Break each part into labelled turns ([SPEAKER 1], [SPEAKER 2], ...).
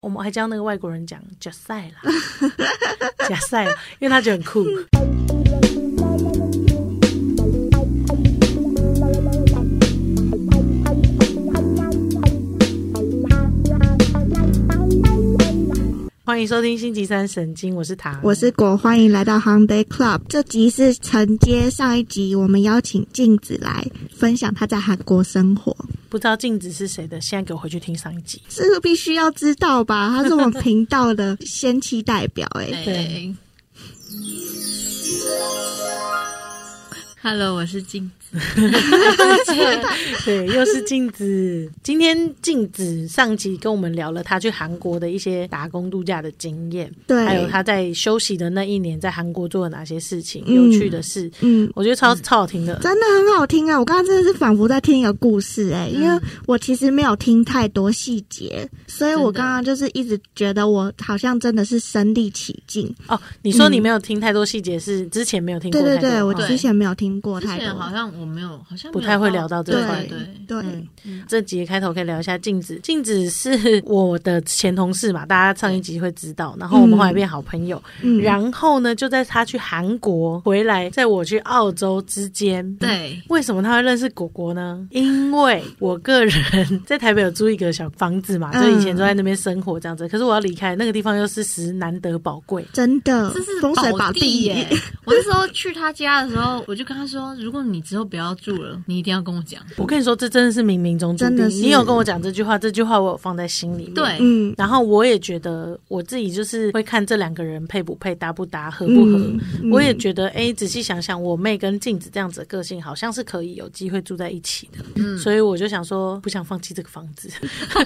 [SPEAKER 1] 我们还教那个外国人讲“假赛啦”，假赛啦，因为他觉得很酷。欢迎收听星期三神经，我是唐，
[SPEAKER 2] 我是果，欢迎来到 h o n d a y Club。这集是承接上一集，我们邀请镜子来分享她在韩国生活，
[SPEAKER 1] 不知道镜子是谁的，现在给我回去听上一集。
[SPEAKER 2] 这个必须要知道吧？她是我们频道的先期代表、 哎，
[SPEAKER 1] 对
[SPEAKER 3] 对。Hello，我是静子。
[SPEAKER 1] 对，又是镜 子。今天镜子上集跟我们聊了他去韩国的一些打工度假的经验，
[SPEAKER 2] 对，
[SPEAKER 1] 还有他在休息的那一年在韩国做了哪些事情、
[SPEAKER 2] 嗯
[SPEAKER 1] 有趣的事，
[SPEAKER 2] 嗯。
[SPEAKER 1] 我觉得超超好听的。
[SPEAKER 2] 真的很好听啊！我刚刚真的是仿佛在听一个故事哎、因为我其实没有听太多细节，所以我
[SPEAKER 3] 真的
[SPEAKER 2] 刚刚就是一直觉得我好像真的是身临其境。
[SPEAKER 1] 哦，你说你没有听太多细节，是之前没有听过
[SPEAKER 2] 嗯对
[SPEAKER 1] 太多
[SPEAKER 2] 对对，我
[SPEAKER 1] 哦
[SPEAKER 2] 之前没有听过
[SPEAKER 3] 之
[SPEAKER 2] 太
[SPEAKER 3] 前
[SPEAKER 2] 多，
[SPEAKER 3] 好像我没有，好像
[SPEAKER 1] 不太会聊到这
[SPEAKER 2] 对
[SPEAKER 1] 块
[SPEAKER 3] 对对，
[SPEAKER 2] 对，
[SPEAKER 1] 嗯，这集的开头可以聊一下镜子。镜子是 我的前同事嘛，大家上一集会知道。然后我们后来变好朋友。
[SPEAKER 2] 嗯
[SPEAKER 1] 然后呢，就在他去韩国回来，在我去澳洲之间，
[SPEAKER 3] 对，
[SPEAKER 1] 为什么他会认识果果呢？因为我个人在台北有租一个小房子嘛，
[SPEAKER 2] 嗯
[SPEAKER 1] 就以前都在那边生活这样子。可是我要离开那个地方，又是时难得宝贵。
[SPEAKER 2] 真
[SPEAKER 1] 嗯
[SPEAKER 2] 的，
[SPEAKER 3] 这是
[SPEAKER 2] 风水宝
[SPEAKER 3] 地
[SPEAKER 2] 地
[SPEAKER 3] 耶。我那时候去他家的时候，我就跟他说，如果你之后不要住了，你一定要跟我讲。
[SPEAKER 1] 我跟你说，这真的是冥冥中注定
[SPEAKER 2] 真。的是
[SPEAKER 1] 你有跟我讲这句话，这句话我有放在心里面。
[SPEAKER 3] 对
[SPEAKER 2] 嗯，
[SPEAKER 1] 然后我也觉得我自己就是会看这两个人配不配、搭不搭、合不合。
[SPEAKER 2] 嗯
[SPEAKER 1] 我也觉得，哎、仔细想想，我妹跟镜子这样子的个性，好像是可以有机会住在一起的。
[SPEAKER 3] 嗯
[SPEAKER 1] 所以我就想说，不想放弃这个房子，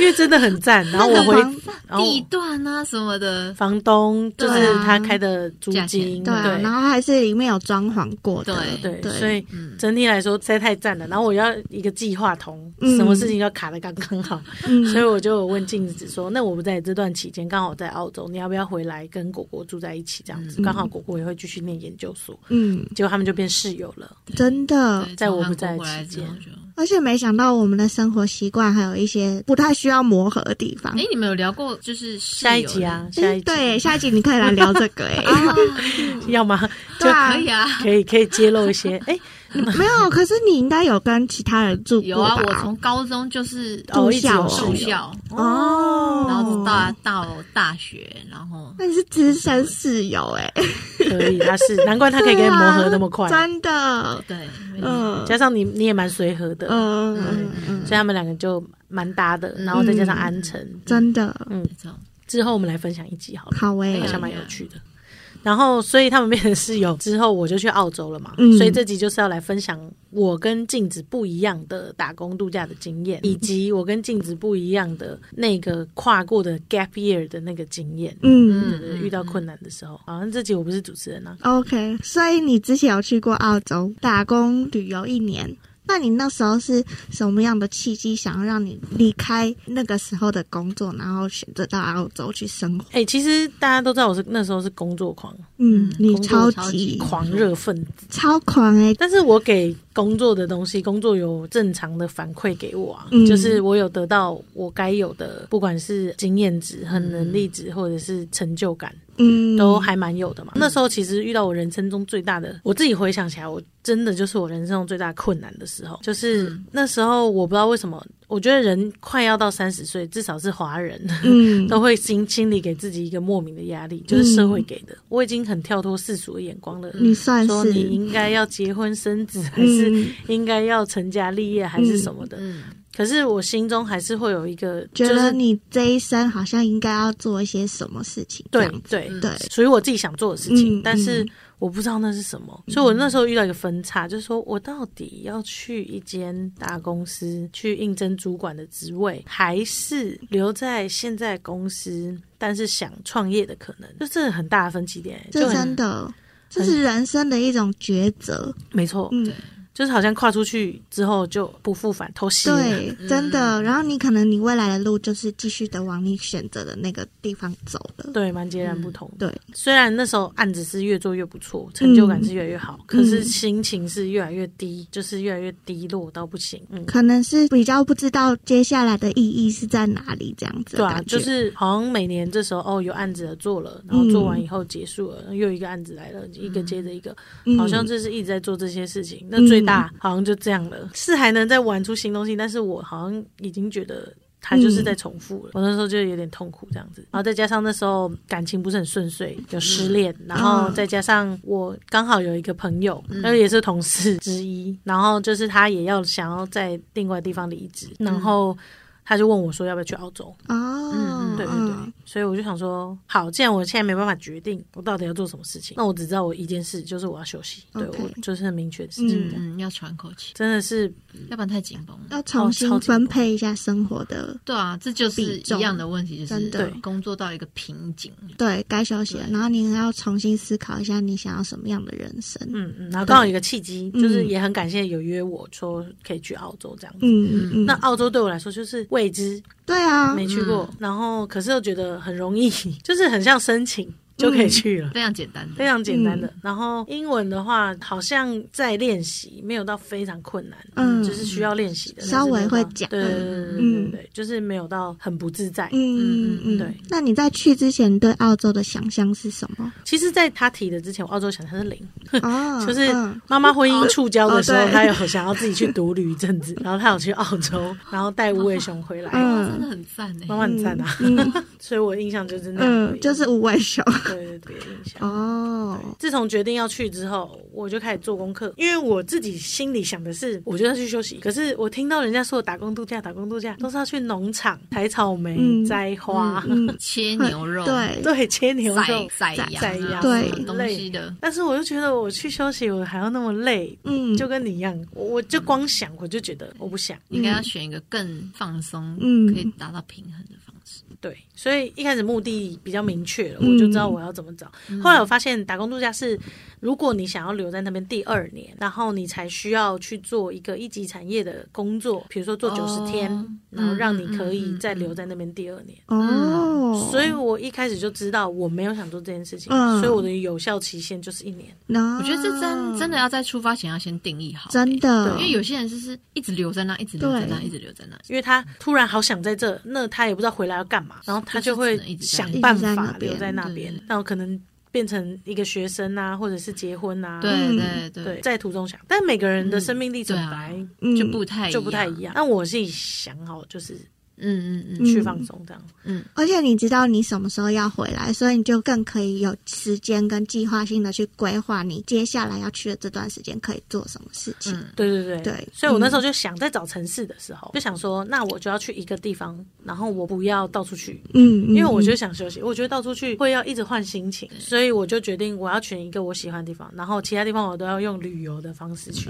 [SPEAKER 1] 因为真的很 赞。然后我
[SPEAKER 2] 那
[SPEAKER 1] 回
[SPEAKER 2] 个房，
[SPEAKER 1] 然后
[SPEAKER 3] 地段啊什么的，
[SPEAKER 1] 房东就是
[SPEAKER 2] 对啊
[SPEAKER 1] 他开的租
[SPEAKER 3] 价钱
[SPEAKER 1] 金，
[SPEAKER 2] 对啊，然后还是里面有装潢过的，
[SPEAKER 3] 对
[SPEAKER 1] 嗯对，
[SPEAKER 2] 对
[SPEAKER 1] 所以整体来说实在太赞了。然后我要一个计划通，
[SPEAKER 2] 嗯
[SPEAKER 1] 什么事情要卡的刚刚好，
[SPEAKER 2] 嗯
[SPEAKER 1] 所以我就有问镜子说：“那我不在这段期间刚好在澳洲，你要不要回来跟果果住在一起？这样子
[SPEAKER 2] 嗯
[SPEAKER 1] 刚好果果也会继续念研究所，
[SPEAKER 2] 嗯，
[SPEAKER 1] 结果他们就变室友了。
[SPEAKER 2] 真的，
[SPEAKER 3] 对
[SPEAKER 1] 哦在我不
[SPEAKER 3] 从韩国
[SPEAKER 1] 在
[SPEAKER 3] 回来
[SPEAKER 1] 期
[SPEAKER 3] 之后
[SPEAKER 1] 间
[SPEAKER 3] 就，
[SPEAKER 2] 而且没想到我们的生活习惯还有一些不太需要磨合的地方
[SPEAKER 3] 哎。，你们有聊过就是室
[SPEAKER 1] 下一
[SPEAKER 3] 友
[SPEAKER 1] 集
[SPEAKER 3] 的
[SPEAKER 1] 啊，下
[SPEAKER 2] 哎
[SPEAKER 1] 一集
[SPEAKER 2] 对，下一集你可以来聊这 个哎，
[SPEAKER 3] 啊？
[SPEAKER 1] 要吗？
[SPEAKER 2] 对啊
[SPEAKER 3] 可，以啊，
[SPEAKER 1] 可以可以揭露一些。哎，
[SPEAKER 2] 没有，可是你应该有跟其他人住过
[SPEAKER 3] 有啊，
[SPEAKER 2] 吧
[SPEAKER 3] 我从高中就是
[SPEAKER 1] 哦，一直
[SPEAKER 2] 校
[SPEAKER 1] 有
[SPEAKER 2] 哦
[SPEAKER 1] 室
[SPEAKER 3] 住
[SPEAKER 1] 友
[SPEAKER 3] 校，
[SPEAKER 2] 哦，
[SPEAKER 3] 然后到到大学，然后
[SPEAKER 2] 那你是资深室友哎，
[SPEAKER 1] 可以，他是难怪他可以跟你磨合那么 快，
[SPEAKER 2] 对啊真的，
[SPEAKER 3] 对，
[SPEAKER 2] 嗯
[SPEAKER 1] 加上你你也蛮随和的，
[SPEAKER 2] 嗯嗯嗯，
[SPEAKER 1] 所以他们两个就蛮搭的。然后再加上安城，
[SPEAKER 2] 真的
[SPEAKER 3] 没错，
[SPEAKER 1] 之后我们来分享一集好了，
[SPEAKER 2] 好哎
[SPEAKER 1] 好
[SPEAKER 3] 可以，
[SPEAKER 1] 像蛮有趣的。然后，所以他们变成室友之后，我就去澳洲了嘛。
[SPEAKER 2] 嗯
[SPEAKER 1] 所以这集就是要来分享我跟镜子不一样的打工度假的经验，以及我跟镜子不一样的那个跨过的 gap year 的那个经验。
[SPEAKER 2] 嗯
[SPEAKER 1] 对对对遇到困难的时候，好像这集我不是主持人啊，
[SPEAKER 2] OK，所以你之前有去过澳洲打工旅游一年，那你那时候是什么样的契机，想要让你离开那个时候的工作，然后选择到澳洲去生活？
[SPEAKER 1] 哎、其实大家都知道我是那时候是工作狂、
[SPEAKER 2] 嗯
[SPEAKER 3] 嗯，
[SPEAKER 2] 你
[SPEAKER 1] 工
[SPEAKER 2] 超
[SPEAKER 1] 作
[SPEAKER 2] 级
[SPEAKER 1] 狂热分子。
[SPEAKER 2] 超狂哎、
[SPEAKER 1] 但是我给工作的东西，工作有正常的反馈给我啊，
[SPEAKER 2] 嗯
[SPEAKER 1] 就是我有得到我该有的，不管是经验值、和能力值，或者是成就感，
[SPEAKER 2] 嗯，
[SPEAKER 1] 都还蛮有的嘛。那时候其实遇到我人生中最大的，我自己回想起来，我真的就是我人生中最大的困难的时候，就是
[SPEAKER 2] 嗯
[SPEAKER 1] 那时候我不知道为什么，我觉得人快要到三十岁，至少是华人，
[SPEAKER 2] 嗯
[SPEAKER 1] 都会心心里给自己一个莫名的压力，就是社会给的。我已经很跳脱世俗的眼光了，
[SPEAKER 2] 你算
[SPEAKER 1] 说你
[SPEAKER 2] 是
[SPEAKER 1] 应该要结婚生子，还是
[SPEAKER 2] 嗯
[SPEAKER 1] 应该要成家立业，还是什么的。
[SPEAKER 3] 嗯，
[SPEAKER 1] 可是我心中还是会有一个，就
[SPEAKER 2] 觉
[SPEAKER 1] 是
[SPEAKER 2] 得你这一生好像应该要做一些什么事情，这
[SPEAKER 1] 对嗯
[SPEAKER 2] 样
[SPEAKER 1] 对
[SPEAKER 2] 对，
[SPEAKER 1] 属于我自己想做的事情，
[SPEAKER 2] 嗯
[SPEAKER 1] 但是
[SPEAKER 2] 嗯
[SPEAKER 1] 我不知道那是什么，所以我那时候遇到一个分叉，就是说我到底要去一间大公司去应征主管的职位，还是留在现在公司，但是想创业的可能，就这很大的分歧点，就
[SPEAKER 2] 这
[SPEAKER 1] 很
[SPEAKER 2] 真的。这是人生的一种抉择，
[SPEAKER 1] 没错。
[SPEAKER 2] 嗯，
[SPEAKER 1] 就是好像跨出去之后就不复返，偷袭了。
[SPEAKER 2] 对，真
[SPEAKER 1] 嗯
[SPEAKER 2] 的。然后你可能你未来的路就是继续的往你选择的那个地方走了。
[SPEAKER 1] 对，蛮截然不同的。
[SPEAKER 2] 对，
[SPEAKER 1] 虽然那时候案子是越做越不错，成就感是越来越好，可是心情是越来越低，就是越来越低落到不行。嗯，
[SPEAKER 2] 可能是比较不知道接下来的意义是在哪里，这样子
[SPEAKER 1] 对
[SPEAKER 2] 的
[SPEAKER 1] 啊，
[SPEAKER 2] 感觉。
[SPEAKER 1] 就是好像每年这时候哦有案子了做了，然后做完以后结束了，又一个案子来了，一个接着一个，
[SPEAKER 2] 嗯
[SPEAKER 1] 好像就是一直在做这些事情。那最大好像就这样了，是还能再玩出新东西，但是我好像已经觉得。他就是在重复了，我那时候就有点痛苦这样子，然后再加上那时候感情不是很顺遂，有失恋，然后再加上我刚好有一个朋友，那、也是同事之一，然后就是他也要想要在另外地方离职，然后他就问我说要不要去澳洲，
[SPEAKER 2] 哦，
[SPEAKER 3] 嗯嗯
[SPEAKER 1] 对对对，
[SPEAKER 2] 嗯
[SPEAKER 1] 所以我就想说，好，既然我现在没办法决定我到底要做什么事情，那我只知道我一件事，就是我要休息。对
[SPEAKER 2] 嗯 OK
[SPEAKER 1] 我就是很明确的事情，
[SPEAKER 2] 嗯
[SPEAKER 3] 嗯，要喘口气，
[SPEAKER 1] 真的是
[SPEAKER 3] 要不然太紧绷了。
[SPEAKER 2] 要重
[SPEAKER 1] 哦
[SPEAKER 2] 新分配一下生活的，
[SPEAKER 3] 对啊，这就是一样的问题，就
[SPEAKER 2] 真
[SPEAKER 3] 是
[SPEAKER 2] 的
[SPEAKER 3] 工作到一个瓶颈。
[SPEAKER 1] 嗯
[SPEAKER 2] 对该休息了，然后你还要重新思考一下你想要什么样的人生。
[SPEAKER 1] 嗯嗯，然后刚好有一个契机，
[SPEAKER 2] 嗯
[SPEAKER 1] 就是也很感谢有约我说可以去澳洲这样子。
[SPEAKER 2] 嗯嗯嗯，
[SPEAKER 1] 那澳洲对我来说就是未知，
[SPEAKER 2] 对啊，
[SPEAKER 1] 没去过，然后可是又觉得很容易， 就是很像申请就可以去了。
[SPEAKER 2] 嗯
[SPEAKER 3] 非常简单
[SPEAKER 1] 非
[SPEAKER 3] 的，
[SPEAKER 1] 常简单的，然后英文的话，好像在练习，没有到非常困难，
[SPEAKER 2] 嗯
[SPEAKER 1] 就是需要练习的，
[SPEAKER 2] 稍微会讲嗯
[SPEAKER 1] 但是没有到对对对对对对，就是没有到很不自在。
[SPEAKER 2] 嗯嗯嗯，
[SPEAKER 1] 对。
[SPEAKER 2] 那你在去之前对澳洲的想象是什 么？
[SPEAKER 1] 其实，在他提的之前，我澳洲想象是零，
[SPEAKER 2] 哦，
[SPEAKER 1] 就是
[SPEAKER 2] 嗯
[SPEAKER 1] 妈妈婚姻触礁的时
[SPEAKER 2] 哦
[SPEAKER 1] 候，
[SPEAKER 2] 对
[SPEAKER 1] 他有想要自己去独旅一阵子，然后他有去澳洲，然后带无尾熊回来，
[SPEAKER 3] 真的
[SPEAKER 2] 嗯
[SPEAKER 3] 很赞哎
[SPEAKER 1] 妈。妈很赞啊，所以我印象就是那样而已，
[SPEAKER 2] 嗯，就是无尾熊。
[SPEAKER 1] 对对对，印象。
[SPEAKER 2] 哦，
[SPEAKER 1] 自从决定要去之后，我就开始做功课，因为我自己心里想的是，我就要去休息。可是我听到人家说打工度假，打工度假都是要去农场采草莓、
[SPEAKER 2] 嗯
[SPEAKER 1] 摘花，
[SPEAKER 2] 嗯，
[SPEAKER 3] 切牛肉，
[SPEAKER 2] 对，
[SPEAKER 1] 对，切牛肉
[SPEAKER 3] 宰。宰
[SPEAKER 2] 宰
[SPEAKER 3] 羊
[SPEAKER 1] 宰
[SPEAKER 3] 啊，
[SPEAKER 1] 羊
[SPEAKER 2] 对
[SPEAKER 3] 什么东西的，
[SPEAKER 1] 但是我就觉得我去休息，我还要那么累，
[SPEAKER 2] 嗯，
[SPEAKER 1] 就跟你一样，我我就光想，我就觉
[SPEAKER 3] 嗯
[SPEAKER 1] 得我不想。
[SPEAKER 3] 你应该要选一个更放松，
[SPEAKER 2] 嗯
[SPEAKER 3] 可以达到平衡的方式。
[SPEAKER 1] 对，所以一开始目的比较明确了，
[SPEAKER 2] 嗯
[SPEAKER 1] 我就知道我要怎么找。
[SPEAKER 3] 嗯
[SPEAKER 1] 后来我发现打工度假是，如果你想要留在那边第二年，然后你才需要去做一个一级产业的工作，比如说做九十
[SPEAKER 3] 哦
[SPEAKER 1] 天，
[SPEAKER 3] 嗯
[SPEAKER 1] 然后让你可
[SPEAKER 3] 嗯
[SPEAKER 1] 以
[SPEAKER 3] 嗯
[SPEAKER 1] 再留在那边第二年。
[SPEAKER 2] 哦，
[SPEAKER 1] 嗯所以我一开始就知道我没有想做这件事情，
[SPEAKER 2] 嗯
[SPEAKER 1] 所以我的有效期限就是一年。
[SPEAKER 2] 那
[SPEAKER 3] 我觉得这真真的要在出发前要先定义好，
[SPEAKER 2] 嗯真的
[SPEAKER 3] 欸，因为有些人就是一直留在那，一直留在那，
[SPEAKER 2] 对
[SPEAKER 3] 一直留在那。
[SPEAKER 1] 因为他突然好想在这，那他也不知道回来要干嘛，然后他就会
[SPEAKER 3] 就是只能一直在
[SPEAKER 1] 想办
[SPEAKER 2] 一直在那
[SPEAKER 1] 法
[SPEAKER 2] 边
[SPEAKER 1] 留在那边
[SPEAKER 3] 对对，
[SPEAKER 1] 然后可能变成一个学生啊，或者是结婚啊，
[SPEAKER 2] 嗯
[SPEAKER 3] 对对
[SPEAKER 1] 对，，在途中想，但每个人的生命历程
[SPEAKER 3] 嗯对啊
[SPEAKER 1] 本来
[SPEAKER 2] 嗯
[SPEAKER 3] 就不太
[SPEAKER 1] 就不太一
[SPEAKER 3] 样。
[SPEAKER 1] 样。那我自己想好就是
[SPEAKER 3] 嗯嗯嗯，
[SPEAKER 1] 去放松这样，
[SPEAKER 2] 而且你知道你什么时候要回来，所以你就更可以有时间跟计划性的去规划你接下来要去的这段时间可以做什么事情。
[SPEAKER 3] 嗯
[SPEAKER 1] 对对对
[SPEAKER 2] 对
[SPEAKER 1] 所以我那时候就想，在找城市的时候，就想说，那我就要去一个地方，然后我不要到处去，
[SPEAKER 2] 嗯，
[SPEAKER 1] 因为我
[SPEAKER 2] 嗯
[SPEAKER 1] 就想休息。我觉得到处去会要一直换心情，所以我就决定我要选一个我喜欢的地方，然后其他地方我都要用旅游的方式去。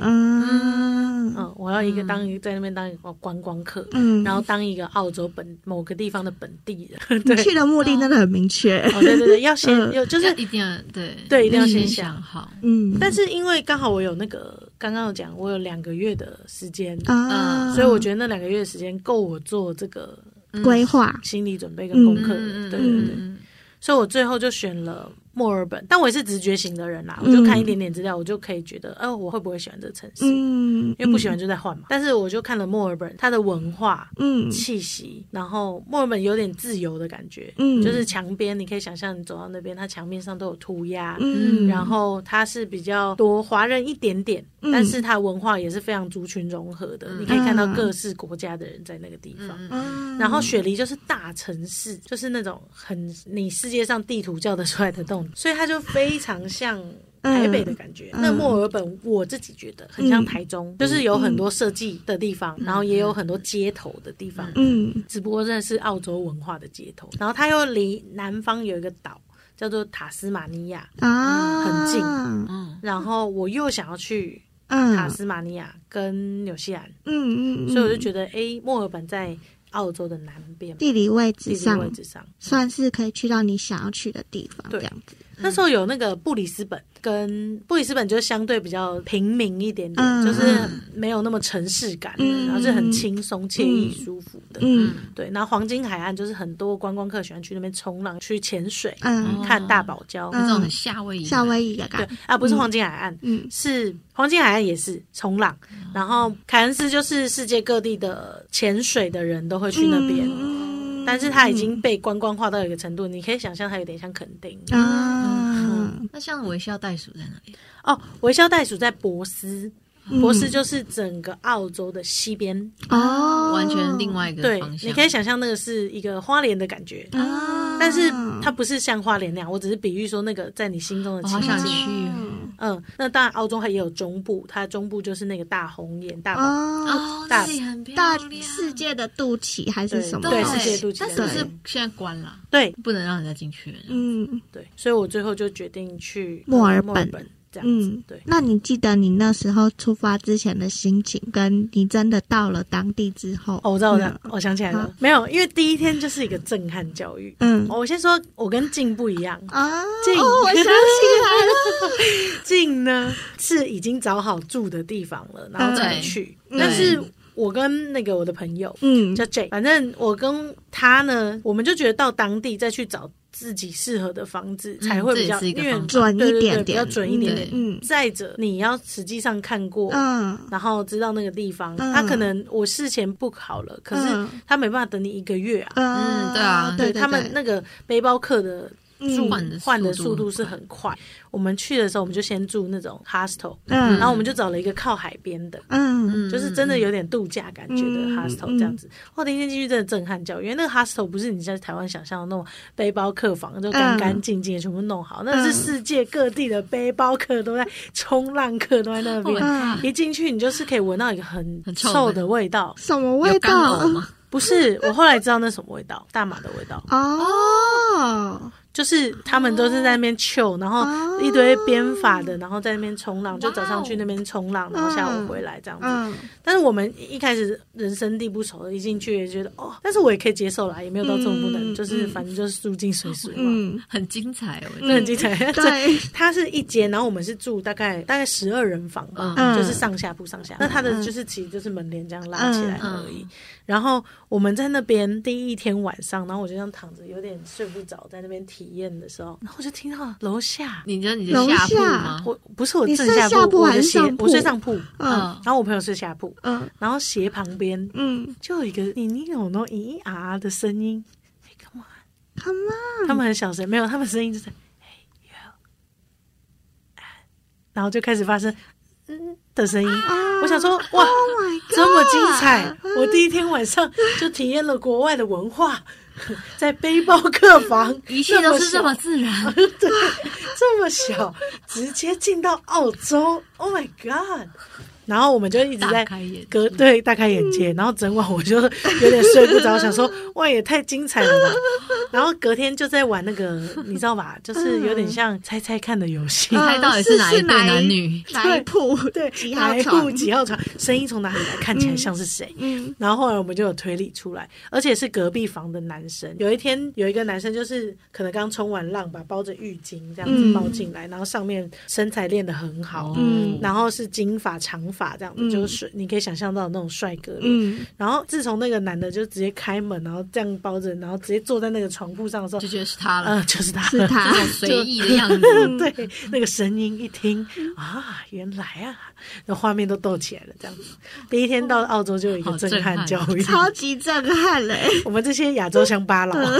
[SPEAKER 2] 嗯嗯
[SPEAKER 1] 嗯，我要一个当一个在那边当一个观光客，
[SPEAKER 2] 嗯，
[SPEAKER 1] 然后当一个澳洲本某个地方的本地人。
[SPEAKER 2] 你去的目的真的很明确。
[SPEAKER 1] 哦，对对对，要先有就
[SPEAKER 3] 就是是一定要对
[SPEAKER 1] 对一定要先
[SPEAKER 3] 先
[SPEAKER 1] 想
[SPEAKER 3] 好。
[SPEAKER 2] 嗯，
[SPEAKER 1] 但是因为刚好我有那个刚刚有讲，我有两个月的时间，
[SPEAKER 3] 嗯
[SPEAKER 2] 啊，
[SPEAKER 1] 所以我觉得那两个月的时间够我做这个
[SPEAKER 2] 得规划
[SPEAKER 1] 心理准备跟功课。
[SPEAKER 3] 嗯嗯嗯
[SPEAKER 1] 对对对，
[SPEAKER 3] 嗯
[SPEAKER 1] 所以我最后就选了墨尔本，但我也是直觉型的人啦，我就看一点点资料，我就可以觉得，哦，我会不会喜欢这个城市？
[SPEAKER 2] 嗯，
[SPEAKER 1] 因为不喜欢就再换嘛。但是我就看了墨尔本，它的文化。
[SPEAKER 2] 嗯，嗯
[SPEAKER 1] 气息，然后墨尔本有点自由的感觉，
[SPEAKER 2] 嗯
[SPEAKER 1] 就是墙边，你可以想象你走到那边，它墙面上都有涂鸦，
[SPEAKER 2] 嗯，
[SPEAKER 1] 然后它是比较多华人一点点，
[SPEAKER 2] 嗯
[SPEAKER 1] 但是它文化也是非常族群融合的，你可以看到各式国家的人在那个地方。
[SPEAKER 2] 嗯
[SPEAKER 1] 然后雪梨就是大城市，就是那种很你世界上地图叫得出来的动，所以它就非常像。台北的感觉，
[SPEAKER 2] 嗯
[SPEAKER 1] 那墨尔本我自己觉得很像台中，就是有很多设计的地方，然后也有很多街头的地方，
[SPEAKER 2] 嗯
[SPEAKER 1] 只不过真的是澳洲文化的街头。然后它又离南方有一个岛叫做塔斯马尼亚，
[SPEAKER 2] 啊，
[SPEAKER 1] 很近
[SPEAKER 3] 嗯
[SPEAKER 1] 然后我又想要去
[SPEAKER 2] 嗯，
[SPEAKER 1] 塔斯马尼亚跟纽西兰，
[SPEAKER 2] 嗯嗯，
[SPEAKER 1] 所以我就
[SPEAKER 2] 得
[SPEAKER 1] 觉得，诶，墨尔本在澳洲的南边，
[SPEAKER 2] 地理位
[SPEAKER 1] 地
[SPEAKER 2] 置
[SPEAKER 1] 理
[SPEAKER 2] 上
[SPEAKER 1] 位置上，
[SPEAKER 2] 算是可以去到你想要去的地方，
[SPEAKER 1] 对
[SPEAKER 2] 这样子。
[SPEAKER 3] 嗯
[SPEAKER 1] 那时候有那个布里斯本，跟布里斯本就是相对比较平民一点点，
[SPEAKER 2] 嗯
[SPEAKER 1] 就是没有那么城市感的，
[SPEAKER 2] 嗯
[SPEAKER 1] 然后是很轻松、惬意、舒服的。
[SPEAKER 2] 嗯
[SPEAKER 1] 对，然后黄金海岸就是很多观光客喜欢去那边冲浪、去潜水、
[SPEAKER 2] 嗯，
[SPEAKER 3] 哦
[SPEAKER 1] 看大堡礁。
[SPEAKER 3] 这种很夏威夷，
[SPEAKER 2] 夏威夷的
[SPEAKER 1] 对
[SPEAKER 2] 感，
[SPEAKER 1] 啊，不是黄金海岸，
[SPEAKER 2] 嗯
[SPEAKER 1] 是黄金海岸也是冲浪，
[SPEAKER 2] 哦
[SPEAKER 1] 然后凯恩斯就是世界各地的潜水的人都会去那边，
[SPEAKER 2] 嗯
[SPEAKER 1] 但是它已经被观光化到一个程度，你可以想象它有点像垦丁
[SPEAKER 2] 嗯啊，
[SPEAKER 1] 嗯
[SPEAKER 3] 那像微笑袋鼠在哪里？
[SPEAKER 1] 哦。微笑袋鼠在博斯，
[SPEAKER 2] 嗯
[SPEAKER 1] 博斯就是整个澳洲的西边，
[SPEAKER 2] 哦，
[SPEAKER 3] 完全另外一个
[SPEAKER 1] 对
[SPEAKER 3] 方，向。
[SPEAKER 1] 你可以想象那个是一个花莲的感觉。
[SPEAKER 2] 啊，
[SPEAKER 1] 但是它不是像花莲那样，我只是比喻说那个在你心中的
[SPEAKER 3] 我
[SPEAKER 1] 情
[SPEAKER 3] 好想
[SPEAKER 1] 景。
[SPEAKER 3] 去
[SPEAKER 1] 嗯，那当然，澳洲它也有中部，它中部就是那个大红眼、大宝
[SPEAKER 2] 哦，
[SPEAKER 3] 哦，
[SPEAKER 1] 大
[SPEAKER 3] 那里很漂
[SPEAKER 2] 大
[SPEAKER 3] 亮。
[SPEAKER 2] 世界的肚脐还是什么？
[SPEAKER 1] 对
[SPEAKER 3] 对
[SPEAKER 1] 世界肚脐
[SPEAKER 3] 但
[SPEAKER 1] 的
[SPEAKER 3] 是不
[SPEAKER 1] 那
[SPEAKER 3] 是
[SPEAKER 1] 里
[SPEAKER 3] 现在关了，
[SPEAKER 1] 对
[SPEAKER 3] 不能让人家进去了。
[SPEAKER 2] 嗯
[SPEAKER 1] 对，所以我最后就决定去
[SPEAKER 2] 墨尔
[SPEAKER 1] 呃
[SPEAKER 2] 本
[SPEAKER 1] 墨尔本这样子。
[SPEAKER 2] 嗯，
[SPEAKER 1] 对，
[SPEAKER 2] 那你记得你那时候出发之前的心情，跟你真的到了当地之后？
[SPEAKER 1] 哦，我知道，我知道
[SPEAKER 2] 嗯，
[SPEAKER 1] 我想起来了
[SPEAKER 2] 好，
[SPEAKER 1] 没有，因为第一天就是一个震撼教育。
[SPEAKER 2] 嗯
[SPEAKER 1] 哦我先说，我跟静不一样，
[SPEAKER 2] 啊，
[SPEAKER 1] 静
[SPEAKER 2] 哦，我想起来了，
[SPEAKER 1] 静呢是已经找好住的地方了，然后才
[SPEAKER 3] 对
[SPEAKER 1] 去。
[SPEAKER 2] 嗯
[SPEAKER 1] 但是我跟那个我的朋友
[SPEAKER 2] 嗯
[SPEAKER 1] 叫 J，反正我跟他呢，我们就觉得到当地再去找自己适合的房子
[SPEAKER 3] 嗯
[SPEAKER 1] 才会比较，
[SPEAKER 3] 这也是一个
[SPEAKER 1] 因为
[SPEAKER 3] 方法
[SPEAKER 2] 准
[SPEAKER 1] 对
[SPEAKER 2] 一
[SPEAKER 1] 对
[SPEAKER 2] 点
[SPEAKER 1] 对比
[SPEAKER 2] 点，
[SPEAKER 1] 较准一点点。
[SPEAKER 2] 嗯
[SPEAKER 1] 再者，你要实际上看过，
[SPEAKER 2] 嗯
[SPEAKER 1] 然后知道那个地方，
[SPEAKER 2] 嗯
[SPEAKER 1] 他可能我事前 book 好了，可是
[SPEAKER 2] 嗯
[SPEAKER 1] 他没办法等你一个月啊。
[SPEAKER 2] 嗯，
[SPEAKER 3] 嗯对啊
[SPEAKER 2] 对
[SPEAKER 1] 对他们那个背包客的住
[SPEAKER 2] 嗯
[SPEAKER 3] 换的
[SPEAKER 1] 换的
[SPEAKER 3] 速
[SPEAKER 1] 速
[SPEAKER 3] 度
[SPEAKER 1] 度
[SPEAKER 3] 很
[SPEAKER 1] 是很快。我们去的时候，我们就先住那种 hostel，
[SPEAKER 2] 嗯
[SPEAKER 1] 然后我们就找了一个靠海边的，
[SPEAKER 2] 嗯
[SPEAKER 3] 嗯
[SPEAKER 1] 就是真的有点度假感觉的
[SPEAKER 2] 嗯
[SPEAKER 1] hostel 这样子。我第一天进去真的震撼教育，因为那个 hostel 不是你在台湾想象的那种背包客房，就干干净净的全部弄
[SPEAKER 3] 嗯
[SPEAKER 1] 好，那是世界各地的背包客都在冲浪客都在那边。
[SPEAKER 2] 嗯
[SPEAKER 1] 一进去，你就是可以闻到一个很
[SPEAKER 3] 很臭的
[SPEAKER 1] 臭的味道，
[SPEAKER 2] 什么
[SPEAKER 3] 有
[SPEAKER 2] 味
[SPEAKER 3] 干
[SPEAKER 2] 道？
[SPEAKER 3] 呕吗？
[SPEAKER 1] 不是我后来知道那什么味道，大麻的味道，
[SPEAKER 2] 哦，
[SPEAKER 1] 就是他们都是在那边秀，然后
[SPEAKER 2] 哦
[SPEAKER 1] 一堆编法的，然后在那边冲浪，就
[SPEAKER 3] 哇哦
[SPEAKER 1] 早上去那边冲浪，然后下午回来这样子。
[SPEAKER 2] 嗯
[SPEAKER 1] 但是我们一开始人生地不熟，一进去也觉得哦，但是我也可以接受啦，也没有到这种不能，
[SPEAKER 2] 嗯
[SPEAKER 1] 就是
[SPEAKER 2] 嗯
[SPEAKER 1] 反正就是入境随俗嘛。
[SPEAKER 2] 嗯，
[SPEAKER 3] 很精彩，我觉
[SPEAKER 1] 那
[SPEAKER 3] 得。
[SPEAKER 1] 很精彩，
[SPEAKER 2] 对，
[SPEAKER 1] 它是一间，然后我们是住大概大概十二人房吧，
[SPEAKER 2] 嗯
[SPEAKER 1] 就是上下铺上下。那它的就是其实就是门帘这样拉起来
[SPEAKER 3] 嗯
[SPEAKER 1] 而已。然后我们在那边第一天晚上，然后我就这样躺着，有点睡不着，在那边体验的时候，然后我就听到楼下，
[SPEAKER 3] 你知道你的下铺吗？
[SPEAKER 1] 我不是我
[SPEAKER 2] 嗯你
[SPEAKER 1] 正
[SPEAKER 2] 睡
[SPEAKER 1] 下
[SPEAKER 2] 下铺
[SPEAKER 1] 我
[SPEAKER 2] 还
[SPEAKER 1] 的
[SPEAKER 2] 是
[SPEAKER 1] 斜
[SPEAKER 2] 上，铺
[SPEAKER 1] 我睡上铺，
[SPEAKER 2] 嗯
[SPEAKER 1] 然后我朋友睡下铺，
[SPEAKER 2] 嗯
[SPEAKER 1] 然后斜旁边
[SPEAKER 2] 嗯
[SPEAKER 1] 就有一个你你有那种咿咿啊啊的声音。Hey, come on
[SPEAKER 2] ，Come on，
[SPEAKER 1] 他们很小声，没有，他们声音就是，Hey you，然后就开始发生嗯的声音。我想说，哇，
[SPEAKER 2] ，Oh my God，
[SPEAKER 1] 这么精彩！我第一天晚上就体验了国外的文化， 在背包客房，
[SPEAKER 3] 一切都是这
[SPEAKER 1] 这
[SPEAKER 3] 么
[SPEAKER 1] 么小
[SPEAKER 3] 自然，
[SPEAKER 1] 这么小，直接进到澳洲，Oh my God！然后我们就一直
[SPEAKER 3] 大
[SPEAKER 1] 在
[SPEAKER 3] 开眼
[SPEAKER 1] 隔对大开眼
[SPEAKER 2] 嗯
[SPEAKER 1] 界，然后整晚我就有点睡不着，想说 哇也太精彩了吧。然后隔天就在玩那个，你知道 吧，就是有点像猜猜看的游戏。
[SPEAKER 3] 猜到底是哪一对男女
[SPEAKER 2] 嗯是是哪一铺？
[SPEAKER 1] 对，
[SPEAKER 2] 嗯几号
[SPEAKER 1] 哪一
[SPEAKER 2] 床
[SPEAKER 1] 部几号床，声音从哪里来，看起来像是谁？
[SPEAKER 2] 嗯
[SPEAKER 1] 然后后来我们就有推理出来，而且是隔壁房的男生。有一天有一个男生就是可能刚冲完浪吧，包着浴巾这样
[SPEAKER 2] 嗯
[SPEAKER 1] 子包进来，然后上面身材练得很
[SPEAKER 3] 哦
[SPEAKER 1] 好，
[SPEAKER 2] 嗯
[SPEAKER 1] 然后是金发长发这样子，
[SPEAKER 2] 嗯
[SPEAKER 1] 就是水你可以想象到那种帅哥脸。
[SPEAKER 2] 嗯，
[SPEAKER 1] 然后自从那个男的就直接开门，然后这样包着，然后直接坐在那个床铺上的时候
[SPEAKER 3] 就，觉得是他了，
[SPEAKER 1] 呃，就是他，
[SPEAKER 2] 是他
[SPEAKER 3] 这，种随意的样子，
[SPEAKER 1] 对，那个声音一听啊，原来啊，那画面都逗起来了，这样子。第一天到澳洲就有一个
[SPEAKER 3] 好
[SPEAKER 1] 震
[SPEAKER 3] 震
[SPEAKER 1] 撼
[SPEAKER 3] 撼嗯
[SPEAKER 1] 教育，
[SPEAKER 2] 超级震撼嘞！
[SPEAKER 1] 我们这些亚洲乡巴佬、啊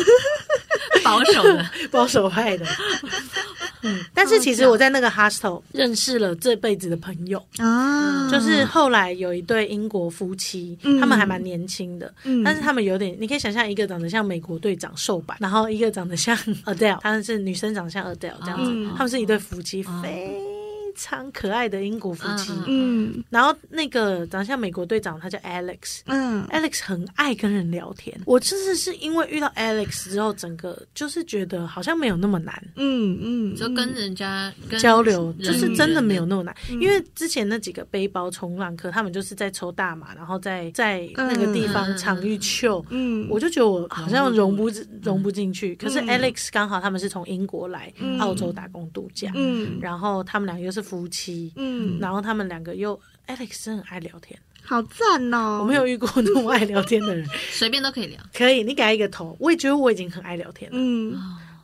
[SPEAKER 3] 保守的，
[SPEAKER 1] 保守派 的。嗯，但是其实我在那个 hostel 认识了这辈子的朋友，
[SPEAKER 3] 嗯
[SPEAKER 2] 啊，
[SPEAKER 1] 就是后来有一对英国夫妻，
[SPEAKER 2] 嗯
[SPEAKER 1] 他们还蛮年轻的，
[SPEAKER 2] 嗯
[SPEAKER 1] 但是他们有点，你可以想象一个长得像美国队长瘦版，然后一个长得像 Adele，她是女生长得像 Adele 这样子，
[SPEAKER 3] 嗯
[SPEAKER 1] 他们是一对夫妻，
[SPEAKER 3] 哦
[SPEAKER 1] 非常可爱的英国夫妻。
[SPEAKER 3] 嗯
[SPEAKER 2] 嗯
[SPEAKER 1] 然后那个长相美国队长，他叫 Alex。
[SPEAKER 2] 嗯
[SPEAKER 1] Alex 很爱跟人聊天，我真的是因为遇到 Alex 之后，整个就是觉得好像没有那么难，
[SPEAKER 2] 嗯嗯，
[SPEAKER 3] 就跟人家跟
[SPEAKER 1] 嗯交流，
[SPEAKER 3] 人嗯
[SPEAKER 1] 就是真的没有
[SPEAKER 3] 人
[SPEAKER 1] 那么难。因为之前那几个背包冲浪客，他们就是在抽大麻，然后在在那个地方
[SPEAKER 3] 嗯
[SPEAKER 1] 场域秀。
[SPEAKER 2] 嗯
[SPEAKER 1] 我就觉得我好像融
[SPEAKER 3] 融
[SPEAKER 1] 不
[SPEAKER 3] 不
[SPEAKER 1] 融不进去，可是
[SPEAKER 2] 哦嗯
[SPEAKER 1] Alex 刚好他们是从英国来
[SPEAKER 2] 嗯
[SPEAKER 1] 澳洲打工度假，
[SPEAKER 2] 嗯
[SPEAKER 1] 然后他们两个又是夫妻，
[SPEAKER 2] 嗯，
[SPEAKER 1] 然后他们两个又 Alex 真的很爱聊天，
[SPEAKER 2] 好赞哦！
[SPEAKER 1] 我没有遇过那么爱聊天的 人，
[SPEAKER 3] 随便都可以聊。
[SPEAKER 1] 可以，你改一个头，我也觉得我已经很爱聊天了。
[SPEAKER 2] 嗯，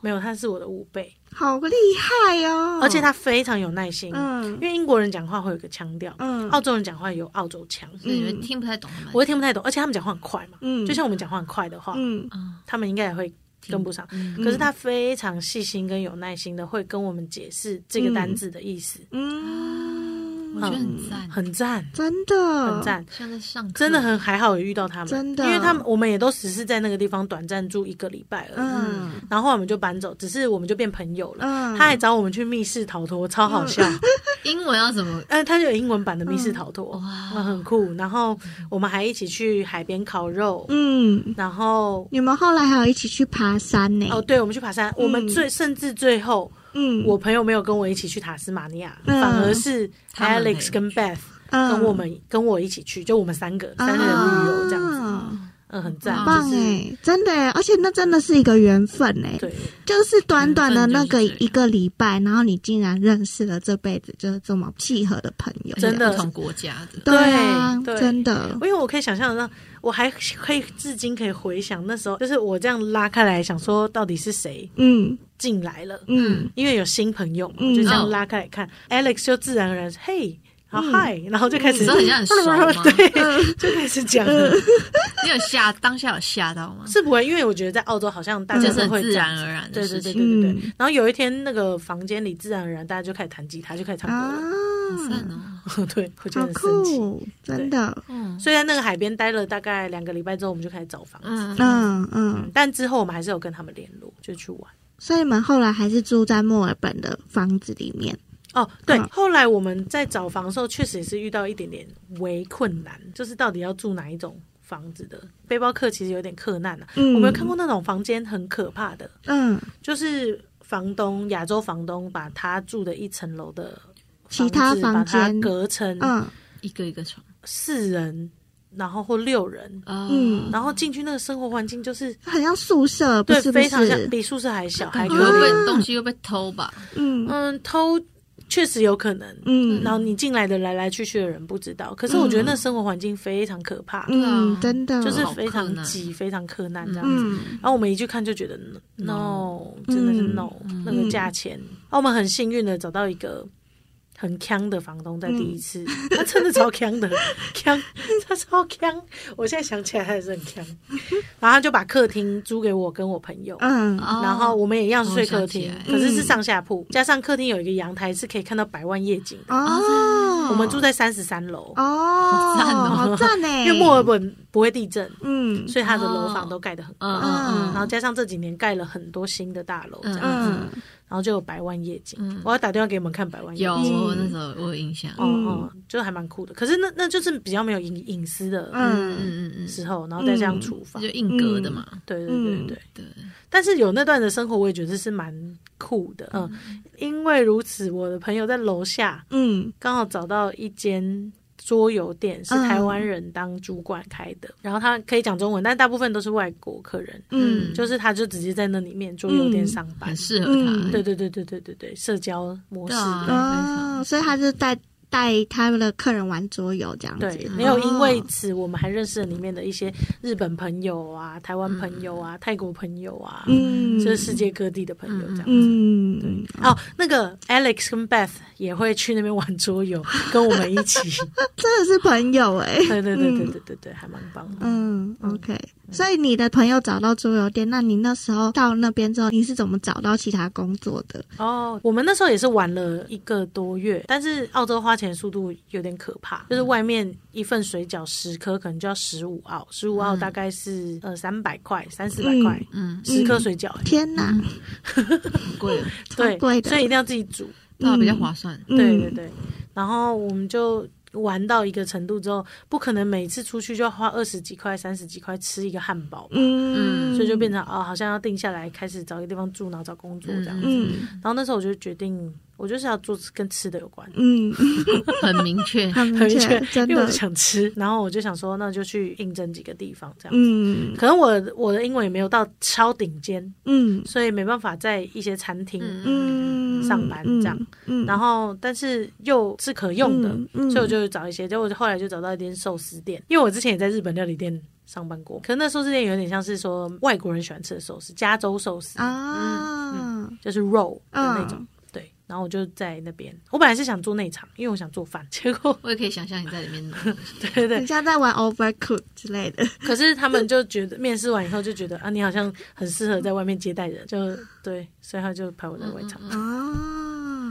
[SPEAKER 1] 没有，他是我的五倍，
[SPEAKER 2] 好厉害哦！
[SPEAKER 1] 而且他非常有耐心，因
[SPEAKER 2] 嗯
[SPEAKER 1] 为英国人讲话会有一个腔调，
[SPEAKER 2] 嗯
[SPEAKER 1] 澳洲人讲话有澳洲腔，
[SPEAKER 3] 所以你们听不太懂他们。
[SPEAKER 1] 嗯我会听不太懂，而且他们讲话很快嘛，
[SPEAKER 2] 嗯
[SPEAKER 1] 就像我们讲话很快的话，
[SPEAKER 2] 嗯
[SPEAKER 3] 嗯
[SPEAKER 1] 他们应该也会跟不上。
[SPEAKER 3] 嗯
[SPEAKER 1] 可是他非常细心跟有耐心的会跟我们解释这个单字的意思，
[SPEAKER 2] 嗯，
[SPEAKER 3] 我觉得很赞，
[SPEAKER 1] 很赞，
[SPEAKER 2] 真的
[SPEAKER 1] 很，赞。
[SPEAKER 3] 像在上课
[SPEAKER 1] 真的很还好，有遇到他们，
[SPEAKER 2] 嗯真的
[SPEAKER 1] 因为他们我们也都只是在那个地方短暂住一个礼拜而已，
[SPEAKER 2] 嗯
[SPEAKER 1] 然后后来我们就搬走，只是我们就变朋友了。
[SPEAKER 2] 嗯，
[SPEAKER 1] 他还找我们去密室逃脱，超好笑。
[SPEAKER 3] 英文要怎么？
[SPEAKER 1] 嗯，他就有英文版的密室逃脱，
[SPEAKER 3] 嗯哇
[SPEAKER 1] 哇，很酷。然后我们还一起去海边烤肉，
[SPEAKER 2] 嗯，
[SPEAKER 1] 然后
[SPEAKER 2] 你们后来还有一起去爬山呢？
[SPEAKER 1] 哦，对，我们去爬山。我们最甚至最后，
[SPEAKER 2] 嗯，
[SPEAKER 1] 我朋友没有跟我一起去塔斯马尼亚，
[SPEAKER 2] 嗯
[SPEAKER 1] 反而是
[SPEAKER 3] 他们
[SPEAKER 1] Alex 跟 Beth
[SPEAKER 2] 嗯
[SPEAKER 1] 跟我们跟我一起去，就我们三个三人旅游这样子，
[SPEAKER 2] 啊
[SPEAKER 1] 嗯，很赞
[SPEAKER 2] 很，
[SPEAKER 1] 就
[SPEAKER 2] 棒
[SPEAKER 1] 是
[SPEAKER 2] 哎，真的哎，而且那真的是一个缘分哎，
[SPEAKER 1] 对，
[SPEAKER 2] 就是短短的那个
[SPEAKER 3] 缘分就是这样
[SPEAKER 2] 一个礼拜，然后你竟然认识了这辈子就是这么契合的朋 友，
[SPEAKER 1] 真的
[SPEAKER 3] 不同国家的，
[SPEAKER 2] 对啊，
[SPEAKER 1] 对对
[SPEAKER 2] 真的
[SPEAKER 1] 因，为我可以想象得到，我还可以至今可以回想那时候，就是我这样拉开来，想说到底是谁
[SPEAKER 2] 嗯
[SPEAKER 1] 进来了，
[SPEAKER 2] 嗯，
[SPEAKER 1] 因为有新朋友嘛，
[SPEAKER 2] 嗯
[SPEAKER 1] 我就这样拉开来看、a l e x 就自然而然嘿，好
[SPEAKER 2] 嗯
[SPEAKER 1] 嗨、然后就开始，
[SPEAKER 3] 嗯你知道很像很熟吗
[SPEAKER 1] 对，就开始讲了，
[SPEAKER 2] 嗯
[SPEAKER 3] 你有吓当下有吓到吗？
[SPEAKER 1] 是不会，因为我觉得在澳洲好像大
[SPEAKER 3] 嗯就
[SPEAKER 1] 家
[SPEAKER 3] 是
[SPEAKER 1] 都
[SPEAKER 3] 很
[SPEAKER 1] 会
[SPEAKER 3] 自
[SPEAKER 1] 这样
[SPEAKER 3] 然而然的
[SPEAKER 1] 对对
[SPEAKER 3] 事
[SPEAKER 1] 对对
[SPEAKER 3] 情，
[SPEAKER 1] 对对
[SPEAKER 2] 嗯
[SPEAKER 1] 然后有一天，那个房间里自然而然大家就开始弹吉他，就开始唱
[SPEAKER 2] 啊
[SPEAKER 1] 歌，了。
[SPEAKER 3] 赞哦，
[SPEAKER 1] 对，我觉
[SPEAKER 2] 好
[SPEAKER 1] 得很神奇。
[SPEAKER 2] 酷，哦真的，
[SPEAKER 3] 嗯
[SPEAKER 1] 所以在那个海边待了大概两个礼拜之后，我们就开始找房子。
[SPEAKER 3] 嗯
[SPEAKER 2] 嗯嗯，
[SPEAKER 1] 但之后我们还是有跟他们联络，就去玩。
[SPEAKER 2] 所以你们后来还是住在墨尔本的房子里面，
[SPEAKER 1] 哦，对，
[SPEAKER 2] 嗯
[SPEAKER 1] 后来我们在找房的时候，确实也是遇到一点点微困难，就是到底要住哪一种房子的。背包客其实有点克难啊，
[SPEAKER 2] 嗯，
[SPEAKER 1] 我们有看过那种房间很可怕的，
[SPEAKER 2] 嗯，
[SPEAKER 1] 就是房东亚洲房东把他住的一层楼的
[SPEAKER 2] 其他
[SPEAKER 1] 子
[SPEAKER 2] 房
[SPEAKER 1] 把它
[SPEAKER 2] 间
[SPEAKER 1] 隔成
[SPEAKER 2] 嗯
[SPEAKER 3] 一个一个床，
[SPEAKER 1] 四人，然后或六人，
[SPEAKER 2] 嗯
[SPEAKER 3] 嗯，
[SPEAKER 1] 然后进去那个生活环境就是。
[SPEAKER 2] 很像宿舍，哦不
[SPEAKER 1] 对，
[SPEAKER 2] 是不
[SPEAKER 1] 非常像
[SPEAKER 2] 是？
[SPEAKER 1] 比宿舍还小，还
[SPEAKER 3] 感觉
[SPEAKER 1] 可
[SPEAKER 3] 会
[SPEAKER 1] 怕。
[SPEAKER 3] 被东西会被偷吧？
[SPEAKER 2] 嗯
[SPEAKER 1] 嗯，偷确实有可能，
[SPEAKER 2] 嗯
[SPEAKER 1] 然后你进来的来来去去的人不知道，可是我觉得那生活环境非常可怕，
[SPEAKER 2] 嗯，
[SPEAKER 3] 啊
[SPEAKER 2] 真的，
[SPEAKER 1] 就是
[SPEAKER 3] 好
[SPEAKER 1] 非常
[SPEAKER 3] 困难
[SPEAKER 1] 挤、非常困难这样子。
[SPEAKER 2] 嗯
[SPEAKER 1] 然后我们一去看就觉得 no，真的是 no，
[SPEAKER 3] 嗯
[SPEAKER 1] 那个价钱。啊我们很幸运的找到一个很强的房东，在第一次，
[SPEAKER 2] 嗯
[SPEAKER 1] 他真的超强的，强，他超强。我现在想起来他也是很强。然后他就把客厅租给我跟我朋友，
[SPEAKER 2] 嗯
[SPEAKER 3] 哦
[SPEAKER 1] 然后我们也一样是睡客
[SPEAKER 3] 我
[SPEAKER 1] 厅
[SPEAKER 3] 想，起
[SPEAKER 1] 可
[SPEAKER 2] 来嗯
[SPEAKER 1] 是是上下铺，加上客厅有一个阳台是可以看到百万夜景的。
[SPEAKER 2] 哦，
[SPEAKER 1] 我们住在三十三楼，
[SPEAKER 2] 哦，
[SPEAKER 3] 好赞哦
[SPEAKER 2] 好赞呢，
[SPEAKER 1] 因为墨尔本不会地震，
[SPEAKER 2] 嗯
[SPEAKER 1] 所以它的楼房都盖得很高。
[SPEAKER 3] 嗯
[SPEAKER 1] 然
[SPEAKER 3] 嗯
[SPEAKER 1] 后
[SPEAKER 3] 嗯，
[SPEAKER 1] 加上这几年盖了很多新的大楼，这样，
[SPEAKER 2] 嗯
[SPEAKER 1] 然后就有百万夜景。
[SPEAKER 3] 嗯
[SPEAKER 1] 我要打电话给你们看百万夜
[SPEAKER 3] 有
[SPEAKER 1] 景，
[SPEAKER 3] 我那时候我有印象，
[SPEAKER 1] 哦哦，就还蛮酷的。可是那那就是比较没有隐隐私的
[SPEAKER 2] 嗯
[SPEAKER 3] 嗯嗯嗯，
[SPEAKER 1] 时候，然后再加上厨
[SPEAKER 3] 这
[SPEAKER 1] 房
[SPEAKER 3] 就，硬格的嘛，
[SPEAKER 1] 对对对
[SPEAKER 2] 嗯
[SPEAKER 1] 对。
[SPEAKER 3] 对，
[SPEAKER 1] 但是有那段的生活，我也觉得是蛮酷的。嗯，因为如此，我的朋友在楼下
[SPEAKER 2] 嗯
[SPEAKER 1] 刚好找到一间桌游店，是台湾人当主管开的，然后他可以讲中文，但大部分都是外国客人，
[SPEAKER 2] 嗯，
[SPEAKER 1] 就是他就直接在那里面桌游店上班
[SPEAKER 3] 很。适合他，
[SPEAKER 1] 嗯对对对对对对对，社交模式
[SPEAKER 3] 对。啊
[SPEAKER 2] 哦，所以他就带带他们的客人玩桌游这样子，
[SPEAKER 1] 对，没有因
[SPEAKER 2] 哦
[SPEAKER 1] 为此，我们还认识了里面的一些日本朋友啊、台湾朋友啊、泰国朋友啊，
[SPEAKER 2] 嗯，
[SPEAKER 1] 就是世界各地的朋友这样子。
[SPEAKER 2] 嗯，
[SPEAKER 1] 哦，那个 Alex 跟 Beth 也会去那边玩桌游，跟我们一 起。
[SPEAKER 2] 真的是朋友哎，
[SPEAKER 1] 对对对对对对对，还蛮棒的。
[SPEAKER 2] 嗯，OK。所以你的朋友找到桌游店，那你那时候到那边之后，你是怎么找到其他工作的？
[SPEAKER 1] 哦，我们那时候也是玩了一个多月，但是澳洲花钱速度有点可怕，就是
[SPEAKER 2] 嗯
[SPEAKER 1] 外面一份水饺十颗可能就要十五澳，十五澳
[SPEAKER 2] 嗯
[SPEAKER 1] 大概是、呃三百块、三四百块，
[SPEAKER 3] 嗯，
[SPEAKER 1] 十颗水饺、欸
[SPEAKER 2] 天哪，
[SPEAKER 3] 很贵，哦
[SPEAKER 1] 对，
[SPEAKER 2] 贵的
[SPEAKER 1] 所以一定要自己煮。
[SPEAKER 3] 到啊比较 划算。
[SPEAKER 2] 嗯
[SPEAKER 1] 对对对，然后我们就玩到一个程度之后，不可能每次出去就要花二十几块、三十几块吃一个汉堡嘛，
[SPEAKER 2] 嗯，
[SPEAKER 1] 所以就变成啊、好像要定下来，开始找一个地方住，然后找工作这样。
[SPEAKER 2] 嗯
[SPEAKER 1] 然后那时候我就决定，我就是要做跟吃的有关。
[SPEAKER 2] 嗯，，
[SPEAKER 3] 很明确
[SPEAKER 2] 很明
[SPEAKER 1] 很明
[SPEAKER 2] 确
[SPEAKER 1] 确，
[SPEAKER 2] 真
[SPEAKER 1] 因为我
[SPEAKER 2] 的
[SPEAKER 1] 就，想吃，然后我就想说，那就去应征几个地方这样。
[SPEAKER 2] 嗯
[SPEAKER 1] 可能我我的英文也没有到超顶尖，
[SPEAKER 2] 嗯
[SPEAKER 1] 所以没办法在一些餐厅，
[SPEAKER 2] 嗯，
[SPEAKER 1] 上班这样
[SPEAKER 2] 嗯，嗯，
[SPEAKER 1] 然后但是又是可用的，
[SPEAKER 2] 嗯嗯
[SPEAKER 1] 所以我就找一些，结果我后来就找到一间寿司店，因为我之前也在日本料理店上班过，可是那寿司店有点像是说外国人喜欢吃的寿司，加州寿司，
[SPEAKER 2] 啊，
[SPEAKER 1] 就是 roll 嗯的那种。
[SPEAKER 2] 嗯，
[SPEAKER 1] 对，然后我就在那边，我本来是想做内场，因为我想做饭， 结果
[SPEAKER 3] 我也可以想象你在里面弄。
[SPEAKER 1] 对对对
[SPEAKER 2] 人，家在玩 Overcook 之类 的，
[SPEAKER 1] 可是他们就觉得面试完以后就觉得啊，你好像很适合在外面接待人，就对，所以他就派 我在外场。
[SPEAKER 2] 啊，
[SPEAKER 3] 嗯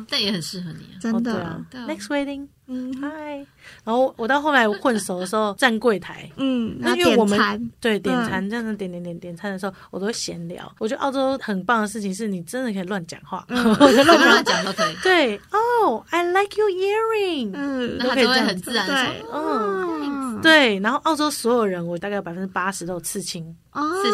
[SPEAKER 3] 但也很适合你啊。
[SPEAKER 1] 哦
[SPEAKER 2] 嗯真
[SPEAKER 1] 对
[SPEAKER 2] 的
[SPEAKER 1] 啊，
[SPEAKER 3] 对啊
[SPEAKER 1] ，next wedding，
[SPEAKER 2] 嗯
[SPEAKER 1] 嗨。然后我到后来我混熟的时候，站柜台，
[SPEAKER 2] 嗯，然
[SPEAKER 1] 那
[SPEAKER 2] 后
[SPEAKER 1] 因为我
[SPEAKER 2] 点
[SPEAKER 1] 们
[SPEAKER 2] 餐，
[SPEAKER 1] 对，点餐这样子点点点点餐的时候，我都会闲聊。我觉得澳洲很棒的事情是你真的可以乱讲话， 我就乱讲
[SPEAKER 3] 乱
[SPEAKER 1] 话。
[SPEAKER 3] 乱讲都可以，
[SPEAKER 1] 对，哦、i like your earring。
[SPEAKER 2] 嗯，
[SPEAKER 3] 那他就会很自然的
[SPEAKER 2] 对
[SPEAKER 3] 说，
[SPEAKER 1] 嗯，
[SPEAKER 2] 嗯，
[SPEAKER 1] 对。然后澳洲所有人，我大概有百分之八十都有刺青，
[SPEAKER 2] 哦，
[SPEAKER 3] 事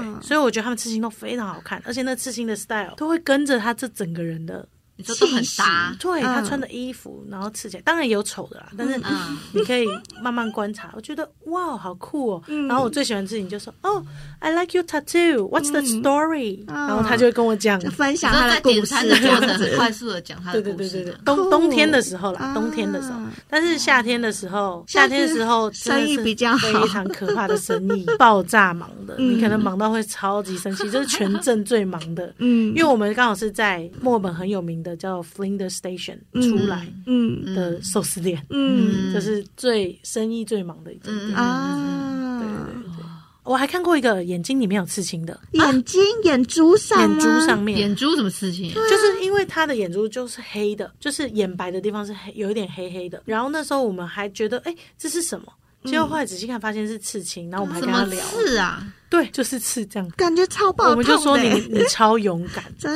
[SPEAKER 3] 情
[SPEAKER 1] 对，所以我觉得他们刺青都非常好看，而且那刺青的 style 都会跟着他这整个人的，
[SPEAKER 3] 你说都很搭。
[SPEAKER 1] 对
[SPEAKER 2] 嗯
[SPEAKER 1] 他穿的衣服，然后刺起来，当然也有丑的啦，但是
[SPEAKER 3] 嗯，
[SPEAKER 1] 你可以慢慢观察，我觉得 哇，好酷哦。
[SPEAKER 2] 嗯
[SPEAKER 1] 然后我最喜欢的事情就说，哦，I like your tattoo, what's the
[SPEAKER 2] 嗯
[SPEAKER 1] story？
[SPEAKER 2] 嗯
[SPEAKER 1] 然后他就会跟我 讲，
[SPEAKER 2] 就
[SPEAKER 1] 对
[SPEAKER 2] 分
[SPEAKER 3] 你
[SPEAKER 2] 享
[SPEAKER 3] 说
[SPEAKER 2] 他
[SPEAKER 3] 在
[SPEAKER 2] 的故
[SPEAKER 3] 点
[SPEAKER 2] 事
[SPEAKER 3] 餐的，过程很快速的讲他 的
[SPEAKER 1] 对
[SPEAKER 3] 故
[SPEAKER 1] 对
[SPEAKER 3] 事
[SPEAKER 1] 对
[SPEAKER 3] 的
[SPEAKER 1] 对，，冬
[SPEAKER 2] 酷
[SPEAKER 1] 冬天的时候啦，
[SPEAKER 2] 啊
[SPEAKER 1] 冬天的时候，但是夏天的时候，夏天的时候真的
[SPEAKER 2] 生意
[SPEAKER 1] 是
[SPEAKER 2] 比较好
[SPEAKER 1] 非常可怕的生意，爆炸忙的，
[SPEAKER 2] 嗯
[SPEAKER 1] 你可能忙到会超级生气，这是全镇最忙的。
[SPEAKER 2] 嗯，
[SPEAKER 1] 因为我们刚好是在墨尔本很有名的叫 Flinders Station 出来
[SPEAKER 2] 嗯
[SPEAKER 1] 的寿司店，
[SPEAKER 2] 嗯
[SPEAKER 3] 嗯
[SPEAKER 1] 这是最生意最忙的一间
[SPEAKER 3] 嗯
[SPEAKER 1] 店。
[SPEAKER 2] 啊，
[SPEAKER 1] 对对对对，我还看过一个眼睛里面有刺青的，
[SPEAKER 2] 眼睛、眼珠上、
[SPEAKER 1] 眼珠上，面。
[SPEAKER 3] 眼珠什么事情？
[SPEAKER 1] 就是因为他的眼珠就是黑的，就是眼白的地方是黑，有一点黑黑的。然后那时候我们还觉得，哎、这是什么？结果后来仔细看，发现是刺青。然后我们还
[SPEAKER 3] 嗯什
[SPEAKER 1] 跟他
[SPEAKER 3] 么
[SPEAKER 1] 聊，
[SPEAKER 3] 事啊？
[SPEAKER 1] 对，就是刺这样。
[SPEAKER 2] 感觉超爆
[SPEAKER 1] 我们就说你
[SPEAKER 2] 痛的欸
[SPEAKER 1] 你超勇敢，
[SPEAKER 2] 真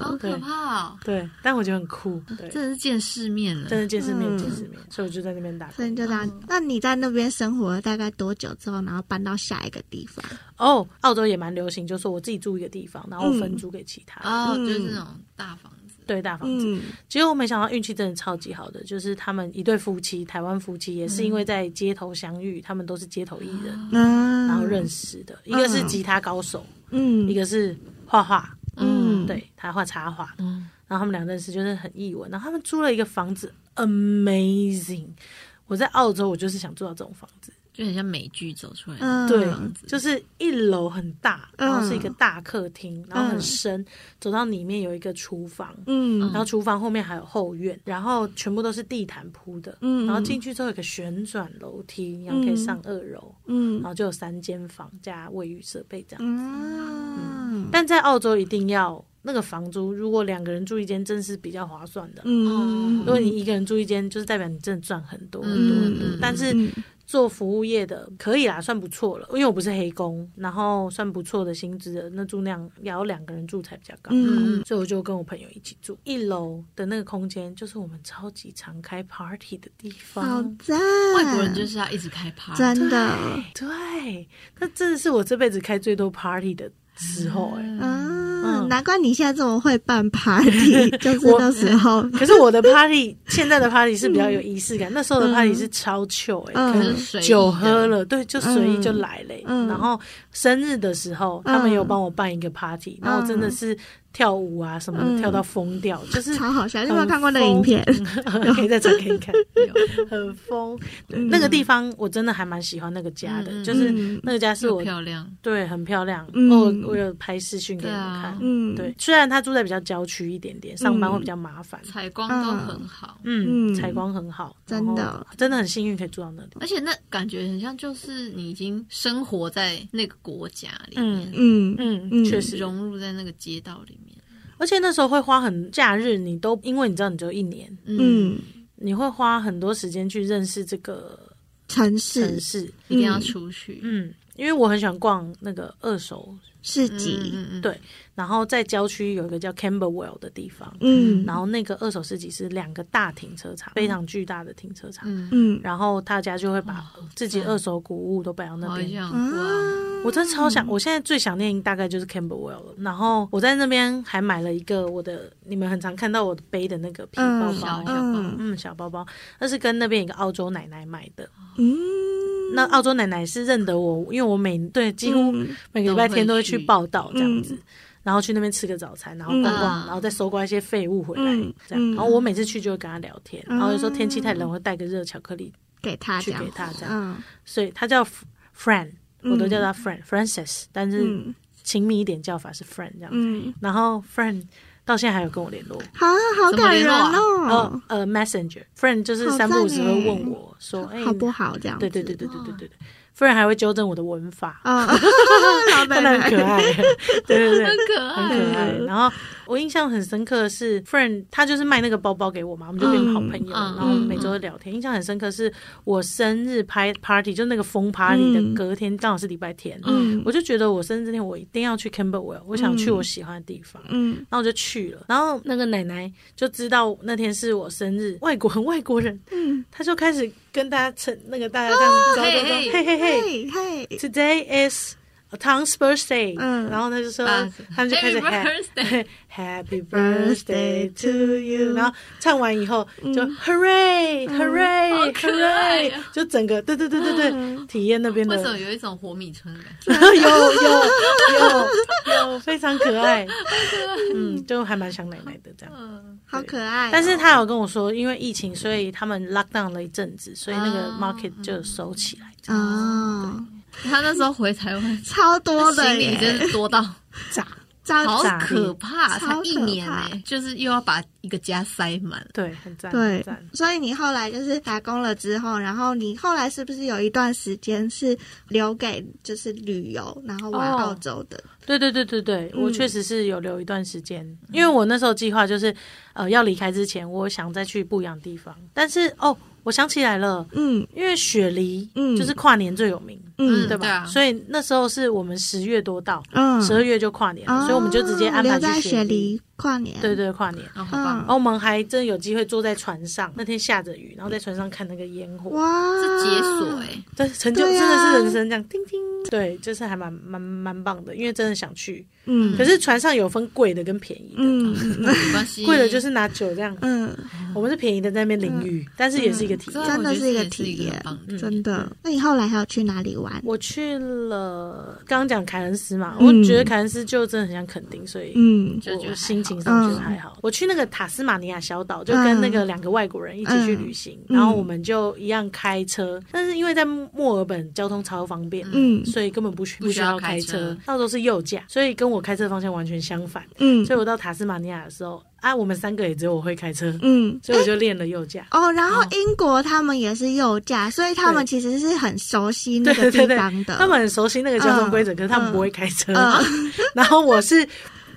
[SPEAKER 3] 好
[SPEAKER 2] 的，
[SPEAKER 3] 可怕哦！
[SPEAKER 1] 对，但我觉得很酷，对，
[SPEAKER 3] 真的是见世面了
[SPEAKER 1] 真。的见识面
[SPEAKER 2] 嗯
[SPEAKER 1] 见识面，所以我就在那边打工
[SPEAKER 2] 所以你就这样。那你在那边生活了大概多久之后，然后搬到下一个地方？
[SPEAKER 1] 哦，澳洲也蛮流行，就说我自己住一个地方，然后分租给其他人，
[SPEAKER 3] 哦，
[SPEAKER 2] 嗯
[SPEAKER 3] 就是那种大房子。
[SPEAKER 1] 对，大房子。
[SPEAKER 2] 嗯
[SPEAKER 1] 结果没想到运气真的超级好的，就是他们一对夫妻，台湾夫妻也是因为在街头相遇，他们都是街头艺人，
[SPEAKER 2] 嗯，
[SPEAKER 1] 然后认识的。一个是吉他高手，
[SPEAKER 2] 嗯
[SPEAKER 1] 一个是画画，
[SPEAKER 2] 嗯
[SPEAKER 1] 对他画插画，
[SPEAKER 3] 嗯，
[SPEAKER 1] 然后他们俩认识就是很意文。然后他们租了一个房子，amazing。我在澳洲，我就是想住到这种房子，
[SPEAKER 3] 就很像美剧走出来的。
[SPEAKER 2] 嗯
[SPEAKER 1] 对
[SPEAKER 3] 房子，
[SPEAKER 1] 就是一楼很大，
[SPEAKER 2] 嗯
[SPEAKER 1] 然后是一个大客厅，然后很深，走到里面有一个厨房，然
[SPEAKER 2] 嗯
[SPEAKER 1] 后厨房后面还有后院，然后全部都是地毯铺的，
[SPEAKER 2] 嗯
[SPEAKER 1] 然后进去之后有个旋转楼梯，然后可以上二楼，然
[SPEAKER 2] 嗯
[SPEAKER 1] 后就有三间房加卫浴设备这样。
[SPEAKER 2] 嗯
[SPEAKER 1] 但在澳洲一定要那个房租，如果两个人住一间，真是比较划算的。
[SPEAKER 2] 嗯
[SPEAKER 1] 如果你一个人住一间，就是代表你真的赚很多很多很多
[SPEAKER 3] 嗯嗯。
[SPEAKER 1] 但是做服务业的可以啦，算不错了，因为我不是黑工，然后算不错的薪资的，那住那样也要两个人住才比较高。
[SPEAKER 2] 嗯
[SPEAKER 1] 所以我就跟我朋友一起住，一楼的那个空间就是我们超级常开 party 的地
[SPEAKER 2] 好
[SPEAKER 1] 方。
[SPEAKER 2] 赞，
[SPEAKER 3] 外国人就是要一直开趴。
[SPEAKER 2] 真的
[SPEAKER 1] 对，那真的是我这辈子开最多 party 的时候哎、
[SPEAKER 2] 啊，
[SPEAKER 1] 嗯
[SPEAKER 2] 难怪你现在这么会办 party，就是
[SPEAKER 1] 我
[SPEAKER 2] 那时候
[SPEAKER 1] 可是我的 party 现在的 party 是比较有仪式感，那时候的 party 是超 chill 哎、
[SPEAKER 2] 嗯
[SPEAKER 1] 可
[SPEAKER 3] 就是
[SPEAKER 1] 能
[SPEAKER 3] 水
[SPEAKER 1] 酒喝，了，对，就随意就
[SPEAKER 2] 嗯
[SPEAKER 1] 来嘞、
[SPEAKER 2] 嗯
[SPEAKER 1] 然后生日的时候，他们有帮我办一个 party，、然后我真的是跳舞啊什么的，
[SPEAKER 2] 嗯
[SPEAKER 1] 跳到疯掉，就是
[SPEAKER 2] 超好笑，你有没有看过那个影片？嗯
[SPEAKER 1] 可以再传给你看，很疯。对那个地方我真的还蛮喜欢那个家的，
[SPEAKER 3] 嗯嗯
[SPEAKER 1] 就是
[SPEAKER 2] 嗯
[SPEAKER 1] 那个家是
[SPEAKER 3] 又
[SPEAKER 1] 我
[SPEAKER 3] 漂亮。
[SPEAKER 1] 对很漂亮，哦
[SPEAKER 2] 嗯
[SPEAKER 1] 我我有拍视讯给你们看。
[SPEAKER 3] 对
[SPEAKER 2] 嗯，
[SPEAKER 1] 对，虽然他住在比较郊区一点点，上班会比较麻烦。
[SPEAKER 3] 采光都很好，
[SPEAKER 1] 嗯，
[SPEAKER 2] 嗯
[SPEAKER 1] 采光很好，
[SPEAKER 2] 真的
[SPEAKER 1] 然后真的很幸运可以住到那里。
[SPEAKER 3] 而且那感觉很像就是你已经生活在那个国家里面，
[SPEAKER 2] 嗯嗯
[SPEAKER 1] 嗯，确实。
[SPEAKER 3] 融入在那个街道里面。
[SPEAKER 1] 而且那时候会花很假日，你都因为你知道你只有一年，
[SPEAKER 2] 嗯，
[SPEAKER 1] 你会花很多时间去认识这个
[SPEAKER 2] 城
[SPEAKER 1] 城
[SPEAKER 2] 市，
[SPEAKER 1] 市。嗯
[SPEAKER 3] 一定要出去。
[SPEAKER 2] 嗯
[SPEAKER 1] 嗯，因为我很喜欢逛那个二手
[SPEAKER 2] 市
[SPEAKER 3] 嗯
[SPEAKER 2] 集，
[SPEAKER 3] 嗯嗯嗯
[SPEAKER 1] 对然后在郊区有一个叫 Camberwell 的地方，
[SPEAKER 2] 嗯
[SPEAKER 1] 然后那个二手市集是两个大停车场，非常巨大的停车场。
[SPEAKER 3] 嗯，
[SPEAKER 2] 嗯
[SPEAKER 1] 然后大家就会把自己二手古物都摆到那
[SPEAKER 3] 好
[SPEAKER 1] 边。
[SPEAKER 3] 想哇，
[SPEAKER 2] 啊，
[SPEAKER 1] 我真的超想，我现在最想念大概就是 Camberwell 了。然后我在那边还买了一个我的，你们很常看到我背的那个皮包
[SPEAKER 2] 嗯
[SPEAKER 1] 包，
[SPEAKER 2] 嗯
[SPEAKER 1] 嗯，小包包，那是跟那边一个澳洲奶奶买的。
[SPEAKER 2] 嗯，
[SPEAKER 1] 那澳洲奶奶是认得我，因为我每对几乎
[SPEAKER 2] 嗯
[SPEAKER 1] 每个礼拜天都会去报道这
[SPEAKER 2] 都会去
[SPEAKER 1] 样子，然后去那边吃个早餐，然后逛逛，
[SPEAKER 3] 嗯
[SPEAKER 1] 然后再收刮一些废物回来
[SPEAKER 2] 嗯，
[SPEAKER 1] 这样。
[SPEAKER 2] 嗯
[SPEAKER 1] 然后我每次去就会跟她聊天，
[SPEAKER 2] 嗯
[SPEAKER 1] 然后有时候天气太冷，我会带个热巧克力
[SPEAKER 2] 给他
[SPEAKER 1] 去
[SPEAKER 2] 这样
[SPEAKER 1] 给，她这样。
[SPEAKER 2] 嗯
[SPEAKER 1] 所以她叫 Fran，
[SPEAKER 2] 嗯
[SPEAKER 1] 我都叫她 Fran Frances，但是
[SPEAKER 2] 嗯
[SPEAKER 1] 亲密一点叫法是 Fran 这样子。
[SPEAKER 2] 嗯，
[SPEAKER 1] 然后 Fran 到现在还有跟我联络。
[SPEAKER 2] 好好
[SPEAKER 3] 怎么
[SPEAKER 2] 感
[SPEAKER 3] 联
[SPEAKER 2] 人
[SPEAKER 3] 络啊
[SPEAKER 2] 哦
[SPEAKER 1] 呃，呃，Messenger，Friend 就是
[SPEAKER 2] 好
[SPEAKER 1] 三不五时
[SPEAKER 2] 赞
[SPEAKER 1] 会
[SPEAKER 2] 欸
[SPEAKER 1] 问我说，哎，
[SPEAKER 2] 好不好？这样
[SPEAKER 1] 对对
[SPEAKER 2] 子，
[SPEAKER 1] 对对对对对对，夫人还会纠正我的文法，
[SPEAKER 2] 啊，老奶
[SPEAKER 1] 真的很可
[SPEAKER 2] 奶，
[SPEAKER 1] 爱，对对对
[SPEAKER 3] 很。可
[SPEAKER 1] 很
[SPEAKER 3] 爱，
[SPEAKER 1] 可爱。然后我印象很深刻的是，friend 他就是卖那个包包给我嘛，我们就变好朋友，然
[SPEAKER 3] 嗯嗯
[SPEAKER 1] 后每周聊天。印象很深刻是我生日拍 party，就那个疯 party
[SPEAKER 2] 嗯
[SPEAKER 1] 的隔天，刚好是礼拜天，
[SPEAKER 2] 嗯
[SPEAKER 1] 我就觉得我生日这天我一定要去 Camberwell，我想去我喜欢的地方。
[SPEAKER 2] 嗯
[SPEAKER 1] 然后我就去了，然后那个奶奶就知道那天是我生日，外国很外国人，
[SPEAKER 2] 嗯，
[SPEAKER 1] 她就开始跟大家称那个大家这样子走走走，
[SPEAKER 3] 哦嘿嘿
[SPEAKER 1] 嘿嘿嘿，
[SPEAKER 2] 嘿嘿，
[SPEAKER 1] Today is Tom's birthday，
[SPEAKER 2] 嗯
[SPEAKER 1] 然后他就说，
[SPEAKER 3] 啊
[SPEAKER 1] 他们就开始
[SPEAKER 3] Happy
[SPEAKER 1] Happy Happy birthday to you，然后唱完以后就 Hooray
[SPEAKER 3] 嗯好
[SPEAKER 1] Hooray
[SPEAKER 3] 可爱
[SPEAKER 1] Hooray，
[SPEAKER 3] 啊嗯
[SPEAKER 1] 就整个对对对对对，体验那边的
[SPEAKER 3] 为什么有一种活米村的感觉？
[SPEAKER 1] 有有有有非常可爱，嗯，就还蛮想奶奶的这样。
[SPEAKER 3] 嗯，
[SPEAKER 2] 好可爱哦，
[SPEAKER 1] 但是他有跟我说，因为疫情，所以他们 lock down 了一阵子，所以那个
[SPEAKER 3] 啊
[SPEAKER 1] market
[SPEAKER 2] 嗯
[SPEAKER 1] 就收起来，这样
[SPEAKER 2] 哦，
[SPEAKER 3] 他那时候回台湾，
[SPEAKER 2] 超多的
[SPEAKER 3] 行李真
[SPEAKER 2] 耶，
[SPEAKER 3] 是多到。
[SPEAKER 1] 炸。
[SPEAKER 2] 超
[SPEAKER 3] 好
[SPEAKER 1] 炸
[SPEAKER 3] 可怕，才
[SPEAKER 2] 超
[SPEAKER 3] 一
[SPEAKER 2] 可
[SPEAKER 3] 年
[SPEAKER 2] 怕
[SPEAKER 3] 哎、就是又要把一个家塞满。
[SPEAKER 1] 对，很赞，很
[SPEAKER 2] 对
[SPEAKER 1] 赞，。
[SPEAKER 2] 所以你后来就是打工了之后，然后你后来是不是有一段时间是留给就是旅游，然后玩
[SPEAKER 1] 哦
[SPEAKER 2] 澳洲的？
[SPEAKER 1] 对对对对对，
[SPEAKER 2] 嗯
[SPEAKER 1] 我确实是有留一段时间，因为我那时候计划就是，呃，要离开之前，我想再去不一样的地方。但是哦，我想起来了，
[SPEAKER 2] 嗯
[SPEAKER 1] 因为雪梨，
[SPEAKER 2] 嗯
[SPEAKER 1] 就是跨年最有名，
[SPEAKER 2] 嗯
[SPEAKER 1] 对吧？
[SPEAKER 3] 对啊
[SPEAKER 1] 所以那时候是我们十月多到，
[SPEAKER 2] 嗯，啊
[SPEAKER 1] 十二月就跨年了，所以我们就直接安
[SPEAKER 2] 留
[SPEAKER 1] 排
[SPEAKER 2] 在
[SPEAKER 1] 去
[SPEAKER 2] 雪
[SPEAKER 1] 梨。
[SPEAKER 2] 梨跨年。
[SPEAKER 1] 对对，跨年。
[SPEAKER 3] 哦，好棒！
[SPEAKER 2] 嗯
[SPEAKER 1] 然后我们还真有机会坐在船上，那天下着雨，然后在船上看那个烟火，
[SPEAKER 2] 哇，
[SPEAKER 3] 是解锁哎、
[SPEAKER 1] 对，成就、
[SPEAKER 2] 对啊
[SPEAKER 1] 真的是人生这样，叮叮，对，就是还蛮蛮蛮棒的，因为真的想去。
[SPEAKER 2] 嗯，
[SPEAKER 1] 可是船上有分贵的跟便宜的，
[SPEAKER 2] 嗯
[SPEAKER 3] 没关系。
[SPEAKER 1] 贵的就是拿酒这样，
[SPEAKER 2] 嗯，
[SPEAKER 1] 我们是便宜的在那边淋雨，但是也是一个体
[SPEAKER 3] 这
[SPEAKER 1] 验。嗯
[SPEAKER 3] 样
[SPEAKER 2] 真的
[SPEAKER 3] 我觉得
[SPEAKER 2] 是一个
[SPEAKER 3] 也
[SPEAKER 2] 体验
[SPEAKER 3] 很棒的
[SPEAKER 2] 嗯真的。那你后来还有去哪里玩？
[SPEAKER 1] 我去了，刚刚讲凯恩斯嘛，
[SPEAKER 2] 嗯
[SPEAKER 1] 我觉得凯恩斯就真的很像垦丁，所以。
[SPEAKER 2] 嗯
[SPEAKER 3] 就觉得还
[SPEAKER 1] 我
[SPEAKER 3] 好
[SPEAKER 1] 心情上觉得还好。我去那个塔斯马尼亚小岛，就跟那个两个外国人一起去旅行，
[SPEAKER 2] 嗯
[SPEAKER 1] 然后我们就一样开车，但是因为在墨尔本交通超方便，
[SPEAKER 2] 嗯
[SPEAKER 1] 所以根本不需
[SPEAKER 3] 不需要
[SPEAKER 1] 要开
[SPEAKER 3] 开车
[SPEAKER 1] 那时候是右驾，所以跟我开车方向完全相反。
[SPEAKER 2] 嗯
[SPEAKER 1] 所以我到塔斯马尼亚的时候，啊，我们三个也只有我会开车，
[SPEAKER 2] 嗯。
[SPEAKER 1] 所以我就嗯练了右驾。
[SPEAKER 2] 哦，然后英国他们也是右驾，所以他们其实是很熟悉那个
[SPEAKER 1] 对
[SPEAKER 2] 地
[SPEAKER 1] 对对
[SPEAKER 2] 方的。
[SPEAKER 1] 他们很熟悉那个交通规则，
[SPEAKER 2] 嗯
[SPEAKER 1] 可是他们不会开车。
[SPEAKER 2] 嗯
[SPEAKER 1] 然后我是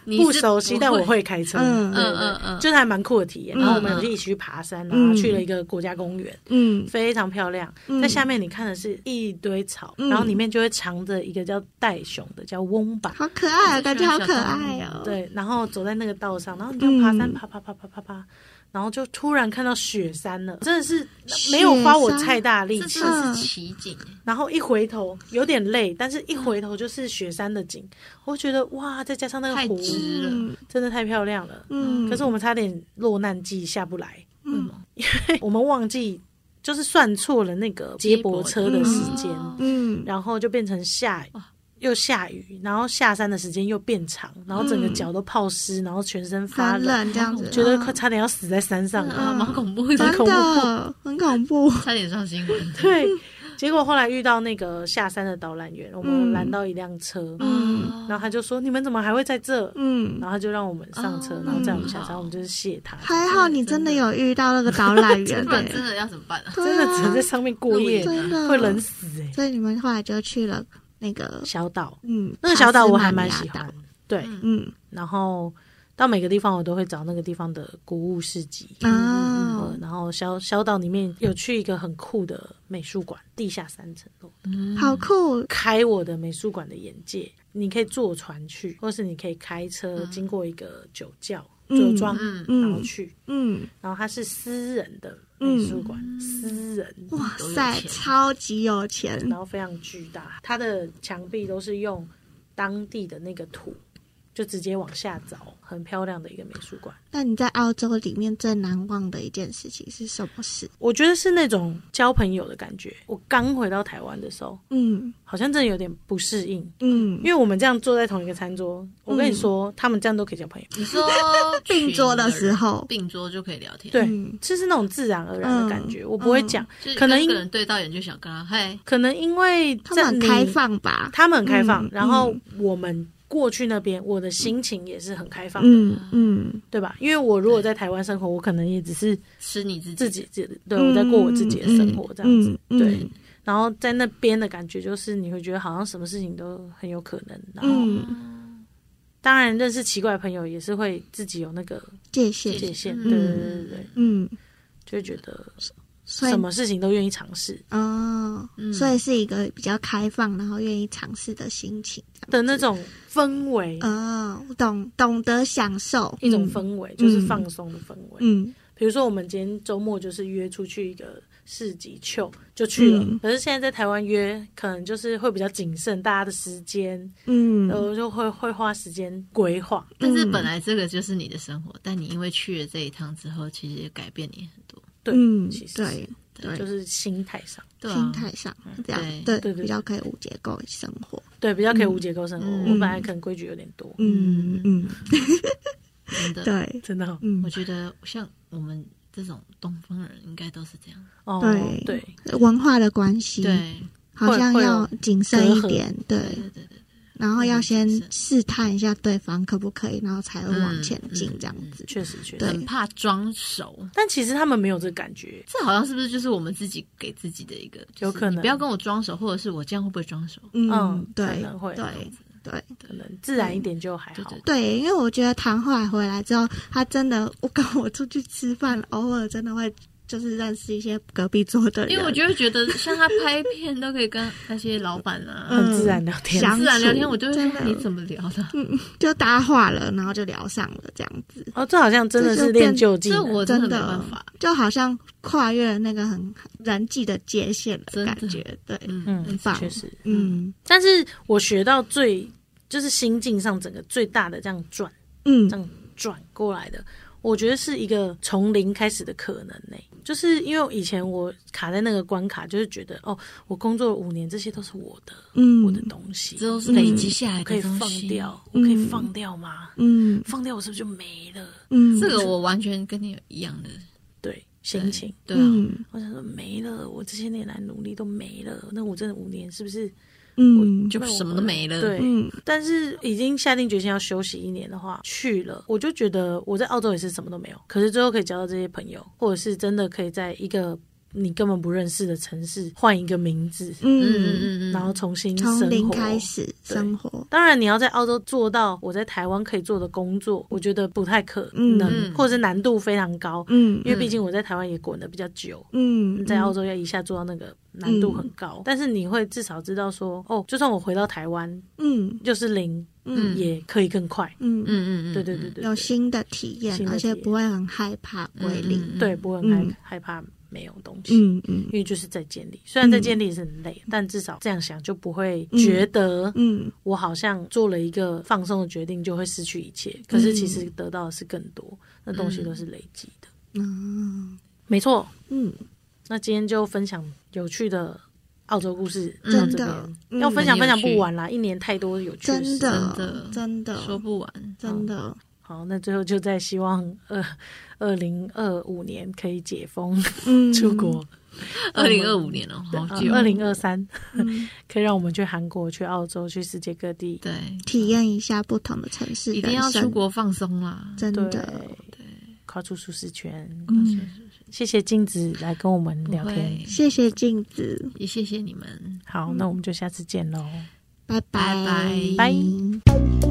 [SPEAKER 3] 你
[SPEAKER 1] 不
[SPEAKER 3] 是
[SPEAKER 1] 熟悉，
[SPEAKER 3] 不
[SPEAKER 1] 但我
[SPEAKER 3] 会。
[SPEAKER 1] 会开车。
[SPEAKER 2] 嗯
[SPEAKER 1] 对对对
[SPEAKER 3] 嗯嗯嗯
[SPEAKER 1] 就是还蛮酷的体验。
[SPEAKER 2] 嗯
[SPEAKER 1] 然后我们有一起去爬山，然
[SPEAKER 2] 嗯
[SPEAKER 1] 后去了一个国家公园，
[SPEAKER 2] 嗯
[SPEAKER 1] 非常漂亮。
[SPEAKER 2] 嗯
[SPEAKER 1] 在下面你看的是一堆草，
[SPEAKER 2] 嗯
[SPEAKER 1] 然后里面就会藏着一个叫袋熊的，叫翁吧。
[SPEAKER 2] 好可爱、
[SPEAKER 3] 我
[SPEAKER 2] 哦，
[SPEAKER 3] 最
[SPEAKER 2] 感
[SPEAKER 3] 喜
[SPEAKER 2] 觉好
[SPEAKER 3] 欢
[SPEAKER 2] 可
[SPEAKER 3] 小动物
[SPEAKER 2] 爱哦。，
[SPEAKER 1] 对，然后走在那个道上，然后你就爬山，
[SPEAKER 2] 嗯
[SPEAKER 1] 爬爬爬爬爬爬，然后就突然看到雪山了，真的是没有花我太大力
[SPEAKER 3] 这
[SPEAKER 1] 气
[SPEAKER 3] 真。的是奇景欸，
[SPEAKER 1] 然后一回头有点累，但是一回头就是雪山的景，我觉得哇，再加上那
[SPEAKER 3] 太
[SPEAKER 1] 个湖，
[SPEAKER 3] 值了。
[SPEAKER 2] 嗯
[SPEAKER 1] 真的太漂亮了。
[SPEAKER 2] 嗯，
[SPEAKER 1] 可是我们差点落难记下不来，
[SPEAKER 3] 为什么？
[SPEAKER 1] 我们忘记就是算错了那个接驳车的时间，
[SPEAKER 3] 哦
[SPEAKER 2] 嗯
[SPEAKER 1] 然后就变成下雨
[SPEAKER 3] 哇
[SPEAKER 1] 又下雨，然后下山的时间又变长，然后整个脚都泡湿，然后全身发
[SPEAKER 2] 很
[SPEAKER 1] 冷，
[SPEAKER 2] 冷这嗯样子，
[SPEAKER 1] 觉得
[SPEAKER 2] 嗯
[SPEAKER 1] 快差点要死在山上了。
[SPEAKER 3] 啊，蛮恐怖的，
[SPEAKER 2] 啊真的很恐怖。
[SPEAKER 3] 差点上新闻。
[SPEAKER 1] 对，结果后来遇到那个下山的导览员，我们
[SPEAKER 2] 嗯
[SPEAKER 1] 拦到一辆车，
[SPEAKER 2] 嗯
[SPEAKER 1] 然后他就说：“你们怎么还会在这？”
[SPEAKER 2] 嗯，
[SPEAKER 1] 然后他就让我们上车
[SPEAKER 3] 哦，
[SPEAKER 1] 然后载我们下山，
[SPEAKER 3] 好
[SPEAKER 1] 我们就是谢他。
[SPEAKER 2] 还嗯好你真的有遇到那个导览 员
[SPEAKER 3] 不
[SPEAKER 2] 欸，
[SPEAKER 3] 然真的要怎么办啊？
[SPEAKER 1] 真
[SPEAKER 2] 对
[SPEAKER 1] 的
[SPEAKER 2] 啊
[SPEAKER 1] 只能在上面过夜，
[SPEAKER 2] 真的
[SPEAKER 1] 会冷。死哎、
[SPEAKER 2] 所以你们后来就去了那个
[SPEAKER 1] 小岛，
[SPEAKER 2] 嗯，
[SPEAKER 1] 那个小岛我还蛮喜
[SPEAKER 2] 塔斯马尼亚
[SPEAKER 1] 欢
[SPEAKER 2] 岛。，
[SPEAKER 1] 对，
[SPEAKER 2] 嗯
[SPEAKER 1] 然后到每个地方我都会找那个地方的古物市集。
[SPEAKER 2] 啊
[SPEAKER 1] 嗯，然后小小岛里面有去一个很酷的美术馆，地下三层楼，
[SPEAKER 2] 嗯好酷，
[SPEAKER 1] 开我的美术馆的眼界。你可以坐船去，或是你可以开车经过一个酒窖
[SPEAKER 2] 嗯
[SPEAKER 1] 酒庄，
[SPEAKER 3] 嗯
[SPEAKER 1] 然后
[SPEAKER 2] 嗯
[SPEAKER 1] 去，
[SPEAKER 2] 嗯，
[SPEAKER 1] 然后它是私人的美术馆，私人
[SPEAKER 2] 哇
[SPEAKER 3] 都有
[SPEAKER 2] 塞，
[SPEAKER 3] 钱
[SPEAKER 2] 超级有钱，
[SPEAKER 1] 然后非常巨大，它的墙壁都是用当地的那个土，就直接往下凿，很漂亮的一个美术馆。
[SPEAKER 2] 那你在澳洲里面最难忘的一件事情是什么事？
[SPEAKER 1] 我觉得是那种交朋友的感觉。我刚回到台湾的时候，
[SPEAKER 2] 嗯
[SPEAKER 1] 好像真的有点不适应，
[SPEAKER 2] 嗯
[SPEAKER 1] 因，为我们这样坐在同一个餐桌，我跟你说，他们这样都可以交朋友，
[SPEAKER 3] 你说
[SPEAKER 2] 并桌的时候
[SPEAKER 3] 并桌就可以聊天，
[SPEAKER 1] 对
[SPEAKER 2] 嗯
[SPEAKER 1] 这是那种自然而然的感觉。我不会讲，
[SPEAKER 3] 就是
[SPEAKER 1] 可能
[SPEAKER 3] 跟一
[SPEAKER 1] 因
[SPEAKER 3] 个人对到眼就想跟他嗨，
[SPEAKER 1] 可能因为
[SPEAKER 2] 他们很
[SPEAKER 1] 在你
[SPEAKER 2] 开，放吧？
[SPEAKER 1] 他们很开放，
[SPEAKER 2] 嗯
[SPEAKER 1] 然后我们。过去那边，我的心情也是很开放的，
[SPEAKER 2] 嗯嗯，
[SPEAKER 1] 对吧？因为我如果在台湾生活，我可能也只是
[SPEAKER 3] 吃你自己
[SPEAKER 1] 自己自己对我在过我自己的生活这样子。
[SPEAKER 2] 子，嗯
[SPEAKER 1] 对，然后在那边的感觉就是，你会觉得好像什么事情都很有可能。然后，
[SPEAKER 2] 嗯
[SPEAKER 1] 当然认识奇怪的朋友也是会自己有那个
[SPEAKER 2] 谢谢，
[SPEAKER 1] 界限，
[SPEAKER 3] 嗯
[SPEAKER 1] 对对对对对，
[SPEAKER 2] 嗯，
[SPEAKER 1] 就会觉得
[SPEAKER 2] 所以
[SPEAKER 1] 什么事情都愿意尝试
[SPEAKER 2] 哦，
[SPEAKER 3] 嗯
[SPEAKER 2] 所以是一个比较开放，然后愿意尝试的心情这样
[SPEAKER 1] 的那种氛围，
[SPEAKER 2] 哦，懂懂得享受
[SPEAKER 1] 一种，氛围就是放松的氛围。
[SPEAKER 2] 嗯
[SPEAKER 1] 比如说，我们今天周末就是约出去一个市集秀就去了
[SPEAKER 2] 嗯，
[SPEAKER 1] 可是现在在台湾约，可能就是会比较谨慎，大家的时间，
[SPEAKER 2] 嗯
[SPEAKER 1] 然后就会会花时间规划。
[SPEAKER 3] 但是本来这个就是你的生活，但你因为去了这一趟之后，其实也改变你很多。
[SPEAKER 1] 对，
[SPEAKER 2] 嗯，
[SPEAKER 1] 其实是
[SPEAKER 2] 对对
[SPEAKER 1] 就，是心态上，
[SPEAKER 3] 对
[SPEAKER 2] 心
[SPEAKER 3] 啊，
[SPEAKER 2] 态上这样，
[SPEAKER 3] 对
[SPEAKER 2] 对
[SPEAKER 1] 对对
[SPEAKER 2] 比较可以无结构生活，
[SPEAKER 1] 对，比较可以无结构生活。
[SPEAKER 3] 嗯
[SPEAKER 1] 我本来可能规矩有点多，
[SPEAKER 2] 嗯嗯，
[SPEAKER 3] 真的，
[SPEAKER 2] 对，
[SPEAKER 1] 真的哦
[SPEAKER 2] 嗯
[SPEAKER 3] 我。觉得像我们这种东方人应该都是这样。
[SPEAKER 1] 哦，
[SPEAKER 2] 对
[SPEAKER 1] 对，
[SPEAKER 2] 文化的关系，，
[SPEAKER 3] 对
[SPEAKER 2] 好像
[SPEAKER 1] 会会有
[SPEAKER 2] 要谨慎一
[SPEAKER 1] 隔阂
[SPEAKER 2] 点，对，
[SPEAKER 3] 对对对对，
[SPEAKER 2] 然后要先
[SPEAKER 3] 谨慎
[SPEAKER 2] 试探一下对方可不可以，然后才会往前进
[SPEAKER 3] 嗯嗯
[SPEAKER 2] 这样子。
[SPEAKER 1] 确实确
[SPEAKER 2] 对
[SPEAKER 1] 实。
[SPEAKER 3] 很怕装熟。
[SPEAKER 1] 但其实他们没有这感觉，
[SPEAKER 3] 这好像是不是就是我们自己给自己的一个？就是
[SPEAKER 1] 有可能
[SPEAKER 3] 你不要跟我装熟，或者是我这样会不会装熟？
[SPEAKER 1] 嗯可
[SPEAKER 2] 对
[SPEAKER 1] 能会
[SPEAKER 2] 对对
[SPEAKER 1] 可能自然一点就还
[SPEAKER 3] 对
[SPEAKER 1] 好
[SPEAKER 3] 对。
[SPEAKER 2] 对，因为我觉得唐后来回来之后，他真的，我跟我出去吃饭，偶尔真的会就是认识一些隔壁桌的人，
[SPEAKER 3] 因为我就会觉得，像他拍片都可以跟那些老板啊，
[SPEAKER 2] 嗯
[SPEAKER 1] 很自然聊天，
[SPEAKER 2] 想
[SPEAKER 3] 自然聊天，我就会
[SPEAKER 2] 真
[SPEAKER 3] 说
[SPEAKER 2] 的
[SPEAKER 3] 你怎么聊的？
[SPEAKER 2] 就搭话了，然后就聊上了这样子。
[SPEAKER 1] 哦，这好像真的是练就技
[SPEAKER 3] 这
[SPEAKER 1] 能，
[SPEAKER 3] 我真
[SPEAKER 2] 真
[SPEAKER 3] 的没办法。
[SPEAKER 2] 就好像跨越了那个很人际的界限的
[SPEAKER 3] 真的
[SPEAKER 2] 感觉，对，
[SPEAKER 3] 嗯，
[SPEAKER 1] 嗯
[SPEAKER 2] 棒，
[SPEAKER 1] 确实。
[SPEAKER 2] 嗯
[SPEAKER 1] 但是我学到最就是心境上整个最大的这样转
[SPEAKER 2] 嗯
[SPEAKER 1] 这样转过来的，我觉得是一个从零开始的可能呢、就是因为以前我卡在那个关卡，就是觉得哦，我工作了五年，这些都是我的，
[SPEAKER 2] 嗯，
[SPEAKER 1] 我的东西，
[SPEAKER 3] 这都是累积下来
[SPEAKER 1] 我可以
[SPEAKER 3] 的东
[SPEAKER 1] 放
[SPEAKER 3] 西。嗯
[SPEAKER 1] 掉，我可以放掉吗？
[SPEAKER 2] 嗯
[SPEAKER 1] 放掉我是不是就没了？
[SPEAKER 2] 嗯，
[SPEAKER 3] 这个我完全跟你有一样的
[SPEAKER 1] 对，心情，
[SPEAKER 3] 对啊，
[SPEAKER 2] 嗯
[SPEAKER 1] 我想说没了，我这些年来努力都没了，那我真的五年是不是
[SPEAKER 2] 嗯，
[SPEAKER 3] 就什么都没了。
[SPEAKER 1] 对
[SPEAKER 2] 嗯
[SPEAKER 1] 但是已经下定决心要休息一年的话，去了我就觉得我在澳洲也是什么都没有，可是最后可以交到这些朋友，或者是真的可以在一个你根本不认识的城市换一个名字，
[SPEAKER 3] 嗯
[SPEAKER 2] 嗯，
[SPEAKER 3] 嗯嗯嗯，
[SPEAKER 1] 然后重新生活。
[SPEAKER 2] 从零开始生活，
[SPEAKER 1] 当然，你要在澳洲做到我在台湾可以做的工作，我觉得不太可能，
[SPEAKER 3] 嗯
[SPEAKER 1] 或者是难度非常高，
[SPEAKER 2] 嗯
[SPEAKER 1] 因为毕竟我在台湾也滚的比较久。
[SPEAKER 2] 嗯，
[SPEAKER 1] 你在澳洲要一下做到那个难度很高，但是你会至少知道说，哦，就算我回到台湾
[SPEAKER 2] 嗯
[SPEAKER 1] 就是零，
[SPEAKER 2] 嗯
[SPEAKER 1] 也可以更快。
[SPEAKER 2] 嗯嗯，
[SPEAKER 3] 嗯嗯嗯，
[SPEAKER 1] 对对对对，
[SPEAKER 2] 有
[SPEAKER 1] 对
[SPEAKER 2] 新的体验
[SPEAKER 1] 新，的
[SPEAKER 2] 而
[SPEAKER 1] 体
[SPEAKER 2] 且
[SPEAKER 1] 验
[SPEAKER 2] 不会很害怕归
[SPEAKER 3] 嗯嗯
[SPEAKER 2] 零，
[SPEAKER 3] 嗯
[SPEAKER 1] 对，不会很害、
[SPEAKER 2] 嗯
[SPEAKER 1] 害怕没有东西，
[SPEAKER 2] 嗯嗯
[SPEAKER 1] 因为就是在建立。虽然在建立也是很累，但至少这样想就不会觉得
[SPEAKER 2] 嗯
[SPEAKER 1] 我好像做了一个放松的决定就会失去一切。可是其实得到的是更多，那东西都是累积的。
[SPEAKER 2] 嗯
[SPEAKER 1] 没错，
[SPEAKER 2] 嗯，
[SPEAKER 1] 那今天就分享有趣的澳洲故事到
[SPEAKER 2] 真
[SPEAKER 1] 这
[SPEAKER 2] 的
[SPEAKER 1] 边。要分享
[SPEAKER 3] 嗯很有
[SPEAKER 1] 分享
[SPEAKER 3] 趣
[SPEAKER 1] 不完啦，一年太多有趣的事
[SPEAKER 2] 真的
[SPEAKER 3] 的
[SPEAKER 2] 真的
[SPEAKER 3] 说不完。
[SPEAKER 2] 真的，
[SPEAKER 1] 好，那最后就在希望二二零二五年可以解封
[SPEAKER 2] 嗯，
[SPEAKER 1] 出国，啊
[SPEAKER 3] 二零二五年哦，好久。
[SPEAKER 1] 二零二三
[SPEAKER 2] 嗯
[SPEAKER 1] 可以让我们去韩国、去澳洲、去世界各地。
[SPEAKER 3] 对，
[SPEAKER 2] 体验一下不同的城市，
[SPEAKER 3] 一定要
[SPEAKER 2] 人生
[SPEAKER 3] 出，国放松啦。
[SPEAKER 2] 真
[SPEAKER 1] 对
[SPEAKER 2] 的，
[SPEAKER 1] 对，跨出舒适圈。
[SPEAKER 3] 嗯，
[SPEAKER 1] 谢谢镜子来跟我们聊
[SPEAKER 3] 不
[SPEAKER 1] 天
[SPEAKER 3] 会。
[SPEAKER 2] 谢谢镜子，嗯
[SPEAKER 3] 也谢谢你们。
[SPEAKER 1] 好，那我们就下次见喽。
[SPEAKER 2] 拜
[SPEAKER 3] 拜拜
[SPEAKER 1] 拜
[SPEAKER 2] 拜